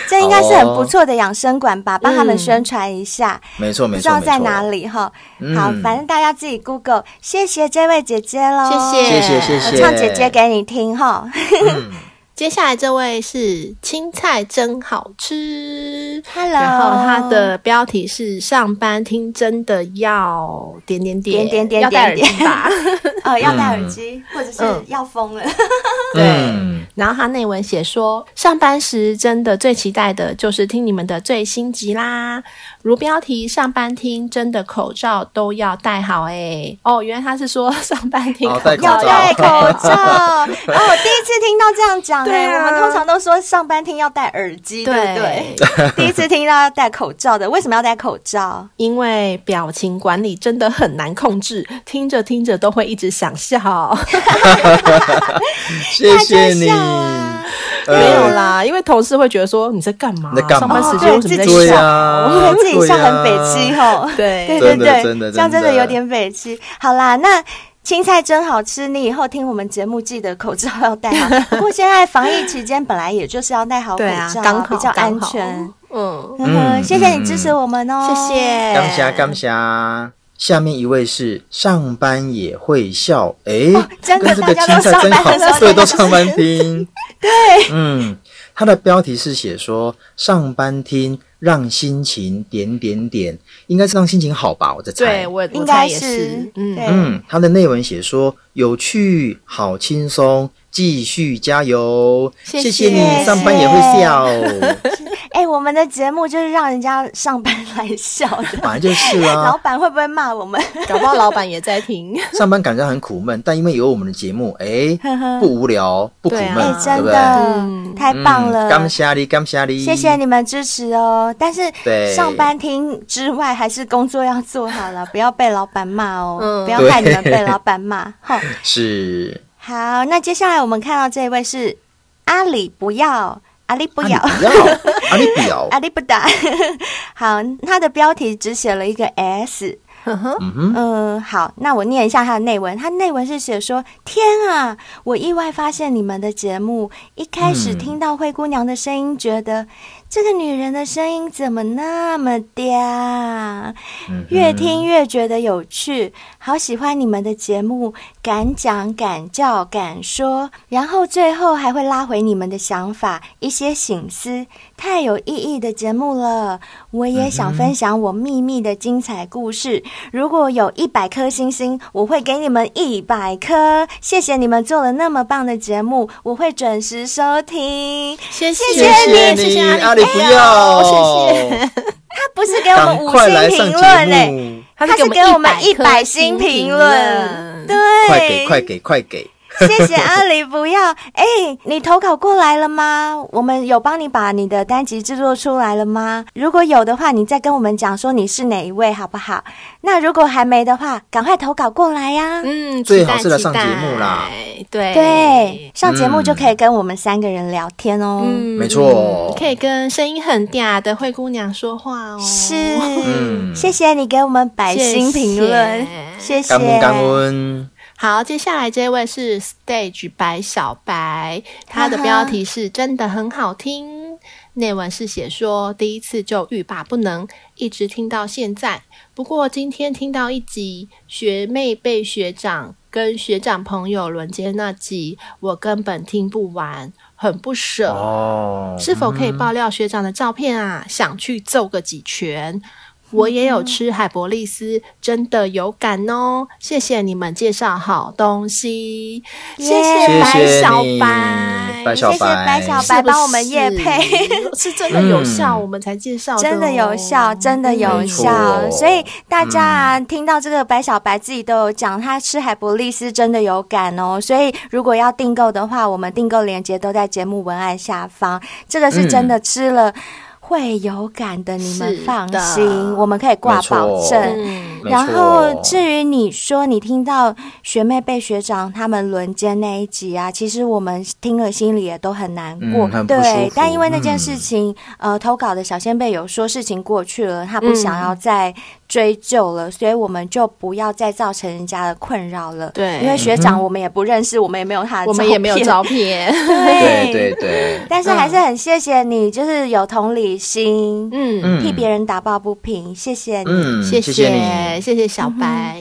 S2: 这应该是很不
S3: 哦
S2: 错的养生馆吧，帮他们宣传一下。
S3: 没错没
S2: 不知
S3: 错，
S2: 道
S3: 嗯没错
S2: 在哪。里哈。
S3: 嗯
S2: 好，反正大家自己 Google。谢谢这位姐姐喽，
S4: 谢
S3: 谢谢谢谢，嗯
S2: 我唱姐姐给你听哈。
S4: 接下来这位是青菜真好吃，师
S2: Hello
S4: 然后它的标题是“上班听真的要点点点
S2: 点点点
S4: 要戴耳机吧”，
S3: 嗯
S2: 哦，要戴耳机，或者是
S4: 嗯
S2: 要疯了。
S4: 对。
S3: 嗯，
S4: 然后他内文写说，上班时真的最期待的就是听你们的最新集啦。如标题，上班听真的口罩都要戴好哎、哦，原来他是说上班听
S3: 哦
S4: 口
S3: 戴口
S2: 要
S4: 罩
S2: 戴
S4: 要
S2: 口 罩。哦，我第一次听到这样讲
S4: 对
S2: 哎、
S4: 啊
S2: 我们通常都说上班听要戴耳机，对不
S4: 对
S2: 对？， 第一次听到要戴口罩的，为什么要戴口
S3: 啊
S2: 罩？
S4: 因为表情管理真的很难控制，听着听着都会一直想笑。
S3: 谢谢
S2: 大家
S3: 你
S2: 笑啊。
S3: 呃
S4: 没有啦，因为同事会觉得说你在干嘛？
S3: 你在干
S4: 上
S3: 嘛
S4: 班时间为什么在
S2: 自己
S3: 对
S4: 笑？
S3: 呀，
S2: 因啊为自己笑
S3: 对呀啊
S2: 很北七吼。
S4: 对
S2: 对对
S3: 真的
S2: 对，
S3: 真的
S2: 这样真
S3: 真
S2: 的
S3: 的
S2: 有点北七。好啦，那。青菜真好吃，你以后听我们节目记得口罩要戴好。 不过现在防疫期间本来也就是要戴好口
S4: 对
S2: 罩
S4: 啊
S2: 啊、，
S4: 刚好
S2: 比较安
S4: 刚好
S2: 全。
S4: 嗯，
S2: 呵呵，
S3: 嗯
S2: 谢谢你支持我们哦，
S4: 谢谢，
S3: 感谢感谢。下面一位是上班也会笑，哎、
S2: 哦真的
S3: 跟这个
S2: 大家都
S3: 青菜真
S2: 上班的时候
S3: 好，
S2: 真
S3: 对，
S2: 的
S3: 都
S2: 是
S3: 上班 听，对，嗯，它的标题是写说上班听让心情点点点，应该是让心情好吧，我在猜，
S4: 对我我
S2: 应
S4: 猜
S2: 该
S4: 也
S2: 是
S4: 是，，嗯，
S2: 对，
S3: 嗯，它的内文写说有趣，好轻松，继续加油，
S4: 谢
S3: 谢
S4: 谢
S3: 你，上班也会 笑，
S2: 哎，我们的节目就是让人家上班来笑的，
S3: 本来就是啊，
S2: 老板会不会骂我们？
S4: 搞不好老板也在听。
S3: 上班感觉很苦闷，但因为有我们的节目，哎、
S2: 呵呵
S3: 不无聊，不苦
S4: 对啊
S3: 闷，
S2: 哎，
S3: 对
S2: 真
S3: 不
S2: 的
S3: 对？
S4: 嗯
S2: 太棒了，
S3: 感谢你，感谢你，
S2: 谢谢你们支持哦。但是
S3: 对
S2: 上班听之外，还是工作要做好了，不要被老板骂哦，
S4: 嗯
S2: 不要害你们被老板骂。吼，
S3: 是
S2: 好，那接下来我们看到这一位是阿里不要，阿里不要。
S3: 啊、你不要，啊，你 不要，
S2: 阿里不达，好，他的标题只写了一个 S，
S4: 呵呵
S3: 嗯哼，
S2: 嗯，好，那我念一下它的内文。它内文是写说：“天啊，我意外发现你们的节目，一开始
S3: 嗯
S2: 听到灰姑娘的声音，觉得、这个女人的声音怎么那么啊嗲？
S3: 嗯哼
S2: 越听越觉得有趣，好喜欢你们的节目，敢讲敢叫敢说，然后最后还会拉回你们的想法，一些醒思，太有意义的节目了。我也想
S3: 嗯
S2: 分享我秘密的精彩故事，如果有一百颗星星，我会给你们一百颗。谢谢你们做了那么棒的节目，我会准时收听。
S4: 谢谢
S2: 谢谢
S3: 你，
S4: 谢谢
S3: 阿
S4: 阿
S3: 里
S4: 里
S3: 不
S4: 不要
S2: 哎
S3: 要，
S4: 谢谢，
S2: 他不是给我哎
S3: 赶
S2: 们五
S3: 快来
S2: 星
S3: 上
S2: 评论欸
S3: 节
S2: 嘞。
S3: 目，
S4: 他
S2: 他是给我们一百
S4: 100
S2: 星评
S4: 论
S2: 论，对，
S3: 快给，快 给，快给，
S2: 谢谢阿里，不要，哎、你投稿过来了吗？我们有帮你把你的单集制作出来了吗？如果有的话，你再跟我们讲说你是哪一位，好不好？那如果还没的话，赶快投稿过来呀、
S4: 嗯，
S3: 最
S4: 期待
S3: 好是来上节目啦，
S4: 期待对
S2: 对，，上节目就可以跟我们三个人聊天哦。
S4: 嗯
S3: 没错
S4: 可以跟声音很嗲的灰姑娘说话哦，
S2: 是，
S3: 嗯
S2: 谢谢你给我们百星评论，谢谢，
S3: 感恩感恩，
S4: 好，接下来这位是 Stage 白小白，他的标题是真的很好听，内文是写说第一次就欲罢不能，一直听到现在。不过今天听到一集学妹被学长跟学长朋友轮奸那集，我根本听不完，很不舍。
S3: 哦，
S4: 是否
S2: 嗯
S4: 可以爆料学长的照片啊？想去揍个几拳。我也有吃海博利斯，真的有感哦！谢谢你们介绍好东西，
S2: 耶
S4: 谢
S3: 谢
S4: 白
S3: 谢
S4: 小
S3: 你
S4: 白，
S3: 白小
S2: 谢谢白小白
S4: 是不
S2: 帮我们业配
S4: 是， 是真的有效，
S3: 嗯
S4: 我们才介绍、哦
S2: 真的哦有效，真的有
S3: 没错嗯
S2: 效。所以大家啊，听到这个白小白自己都有讲，他吃海博利斯真的有感哦。所以如果要订购的话，我们订购链接都在节目文案下方。这个是真的
S3: 嗯
S2: 吃了。会有感的，你们
S4: 是
S2: 放
S4: 的
S2: 心，我们可以挂
S3: 没错
S2: 保证。
S4: 嗯，
S3: 没错
S2: 然后，至于你说你听到学妹被学长他们轮奸那一集啊，其实我们听了心里也都很难过，
S3: 嗯很不舒
S2: 对
S3: 服。
S2: 但因为那件事
S3: 嗯
S2: 情，呃，投稿的小先辈有说事情过去了，他不
S4: 嗯
S2: 想要再追究了，所以我们就不要再造成人家的困扰了。
S4: 对
S2: 因为学
S3: 嗯
S2: 长我们也不认识，我们也没有他的，
S4: 我们也没有
S2: 片。
S4: 照片，
S3: 对对对，
S2: 但是还是很谢谢你，就是有同理心，
S4: 嗯，
S3: 嗯
S2: 替别人打抱不平，谢谢你。
S3: 嗯，
S4: 谢
S3: 谢你，
S4: 谢谢小白，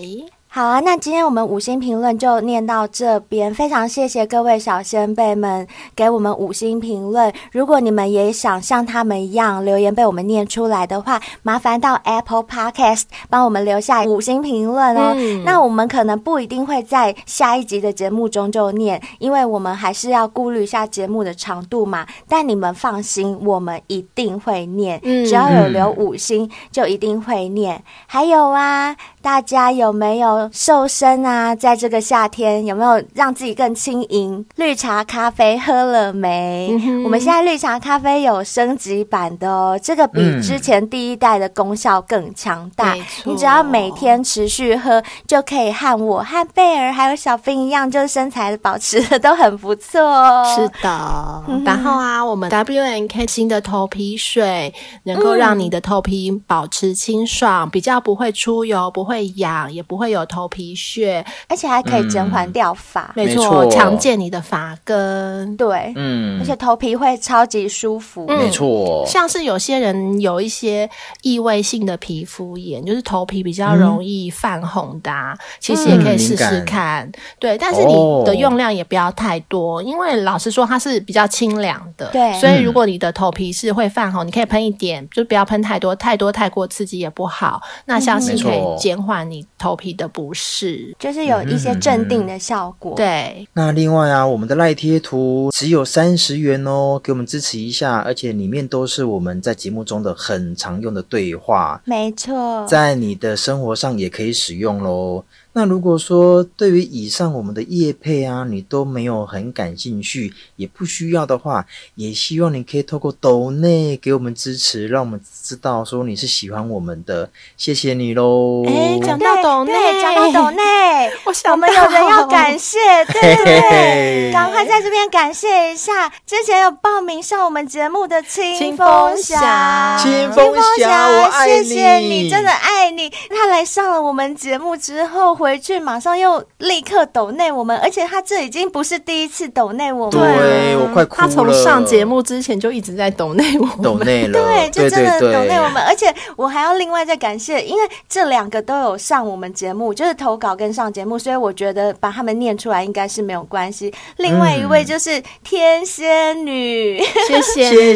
S2: 好啊，那今天我们五星评论就念到这边，非常谢谢各位小先辈们给我们五星评论。如果你们也想像他们一样留言被我们念出来的话，麻烦到 Apple Podcast 帮我们留下五星评论哦。
S4: 嗯
S2: 那我们可能不一定会在下一集的节目中就念，因为我们还是要顾虑一下节目的长度嘛。但你们放心，我们一定会念，
S4: 嗯
S2: 只要有留五星就一定会念。还有啊，大家有没有瘦身啊？在这个夏天有没有让自己更轻盈？绿茶咖啡喝了没？
S4: 嗯哼
S2: 我们现在绿茶咖啡有升级版的哦，这个比
S3: 嗯
S2: 之前第一代的功效更强大。
S4: 没错
S2: 你只要每天持续喝，就可以和我、和贝尔还有小冰一样，就是身材保持的都很不错哦。
S4: 是的，然后啊，我们 W N K 新的头皮水能够让你的头皮保持清爽，比较不会出油，不会痒，也不会有头皮屑。
S2: 而且还可以减缓掉发。
S4: 没
S3: 没错
S4: 强健你的发根。
S2: 对，
S3: 嗯
S2: 而且头皮会超级舒服。
S4: 嗯
S3: 没错，
S4: 像是有些人有一些异位性的皮肤炎，就是头皮比
S3: 嗯
S4: 较容易泛红的、啊，其实也可以试试看。对，但是你的用量也不要太多，因为老实说它是比较清凉的。
S2: 对
S4: 所以如果你的头皮是会泛红，你可以喷一点，就不要喷太多，太多太过刺激也不好。那相信
S3: 没错
S4: 可以减缓你头皮的不适。
S2: 就是有一些镇定的效果。
S4: 对，
S3: 那另外啊，我们的赖贴图只有三十元哦，给我们支持一下，而且里面都是我们在节目中的很常用的对话，
S2: 没错。
S3: 在你的生活上也可以使用喽。那如果说对于以上我们的业配啊，你都没有很感兴趣，也不需要的话，也希望你可以透过抖内给我们支持，让我们知道说你是喜欢我们的，谢谢你喽。
S4: 哎讲
S2: 对
S4: 到抖
S2: 对
S4: 内
S2: 讲到抖内，
S4: 我想
S2: 我们有人要
S4: 到
S2: 感谢，对对
S3: 嘿嘿
S2: 对，
S3: 嘿
S2: 赶快在这边感谢一下之前有报名上我们节目的清
S4: 清
S2: 风
S4: 风
S2: 侠，
S4: 侠
S3: 清风侠我爱
S2: 谢谢
S3: 你
S2: 真的爱你。他来上了我们节目之后，回去马上又立刻抖内我们，而且他这已经不是第一次抖内我们了，
S3: 对我 快哭了。
S4: 他从上节目之前就一直在抖内我们
S3: 抖内 了，
S2: 对，就
S3: 对
S2: 真的
S3: 对对
S2: 抖内我们，而且我还要另外再感谢，因为这两个都有上我们节目，就是投稿跟上节目，所以我觉得把他们念出来应该是没有关系。另外一位就是天仙女，
S3: 嗯
S4: 谢谢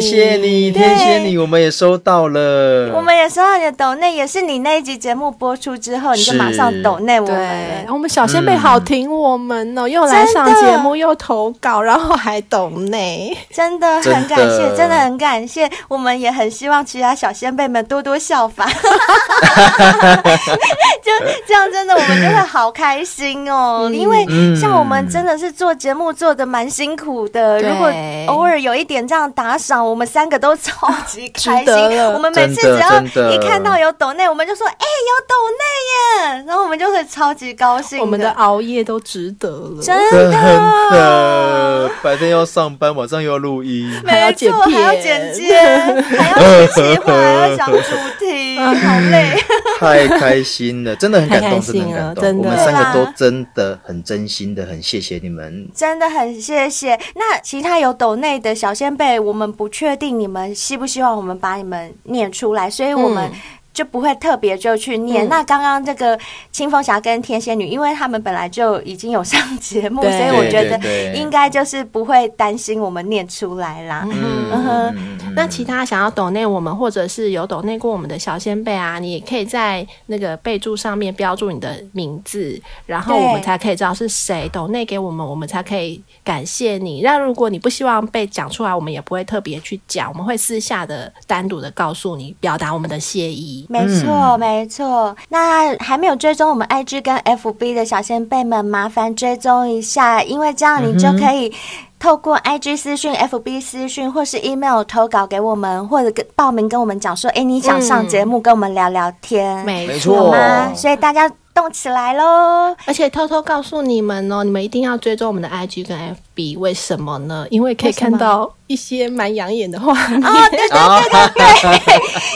S3: 谢谢你，天蝎你，我们也收到了。
S2: 我们也收到你的抖内，也是你那一集节目播出之后，你就马上
S3: 是
S2: 抖内我们
S4: 对，
S2: 了。
S4: 我们小仙贝好挺我们哦，又来上节目，又投稿，然后还懂内。
S2: 真的很
S3: 真的
S2: 感谢，真的很感谢。我们也很希望其他小先辈们多多效 仿，就这样，真的我们就会好开心哦。
S3: 嗯
S2: 因为像我们真的是做节目做的蛮辛苦的，
S4: 对
S2: 如果偶尔有一点这样打赏，我们三个都超级开
S4: 值得
S2: 心。
S4: 了
S2: 我们每次
S3: 真的
S2: 只要
S3: 真的
S2: 一看到有抖内，我们就说：“哎、有抖内耶！”然后我们就会超级高兴。
S4: 我们的熬夜都值得了，
S2: 真的
S3: 真的，呃白天要上班，晚上又要录音，
S4: 还要
S2: 没错，
S4: 剪
S2: 还要
S4: 片
S2: 剪接，还要写计划，还要想主题， 好累。
S3: 太开心了，真的很感
S4: 太开
S3: 动，
S4: 心
S3: 真的
S4: 了
S3: 很感动。
S4: 真的
S3: 我们三个
S2: 对
S3: 都
S2: 啊
S3: 真的很真心的，很谢谢你们。
S2: 真的很谢谢。那其他有抖内的小先辈，我们不确定你们希不希望我们把你们念出来，所以我们、
S4: 嗯
S2: 就不会特别就去念。
S4: 嗯
S2: 那刚刚这个清风侠跟天仙女，因为他们本来就已经有上节目，所
S4: 对
S2: 以我觉
S3: 对对
S2: 得
S3: 对
S2: 应该就是不会担心我们念出来啦。
S3: 嗯
S2: 嗯哼
S3: 嗯嗯
S4: 那其他想要抖内我们，或者是有抖内过我们的小先贝啊，你也可以在那个备注上面标注你的名字，然后
S2: 对
S4: 我们才可以知道是谁抖内给我们，我们才可以感谢你。那如果你不希望被讲出来，我们也不会特别去讲，我们会私下的单独的告诉你，表达我们的谢意。
S2: 没错，没错。那还没有追踪我们 IG 跟 FB 的小先辈们，麻烦追踪一下，因为这样你
S4: 嗯
S2: 就可以透过 IG 私讯、FB 私讯或是 email 投稿给我们，或者跟报名跟我们讲说，哎，你想上节目跟我们聊聊天，
S4: 嗯没
S3: 没
S4: 错，
S2: 好
S3: 错
S2: 吗？所以大家动起来喽！
S4: 而且偷偷告诉你们哦，你们一定要追踪我们的 IG 跟比，为什么呢？因为可以看到一些蛮养眼的画面。
S2: 哦，对对对对对，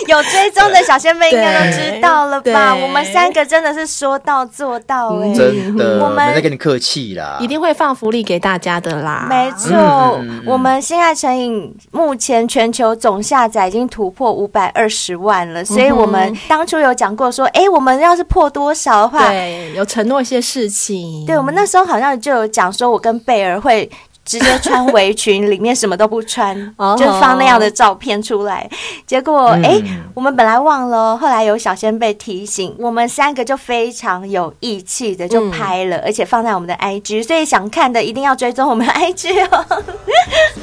S2: 有追踪的小仙妹应该都知道了吧？
S4: 对
S2: 我们三个真的是说到做到哎、
S3: 真的，
S2: 我们
S3: 没在跟你客气啦，
S4: 一定会放福利给大家的啦。
S2: 没错，
S4: 嗯
S2: 我们《性爱成瘾》目前全球总下载已经突破五百二十万了，所以我
S4: 嗯
S2: 们当初有讲过说，哎、我们要是破多少的话，
S4: 对，有承诺一些事情。
S2: 对，我们那时候好像就有讲说，我跟贝尔会。直接穿围裙，里面什么都不穿
S4: 哦，嗯
S2: 就放那样的照片出来。结果，哎、我们本来忘了哦，后来有小仙贝提醒，我们三个就非常有义气的
S4: 嗯
S2: 就拍了，而且放在我们的 IG，所以想看的一定要追踪我们的 IG 哦。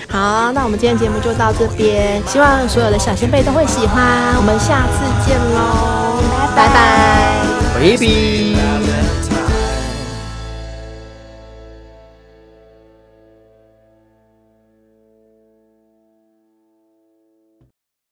S4: 好，那我们今天节目就到这边，希望所有的小先辈都会喜欢。我们下次见喽，拜拜
S3: 回避。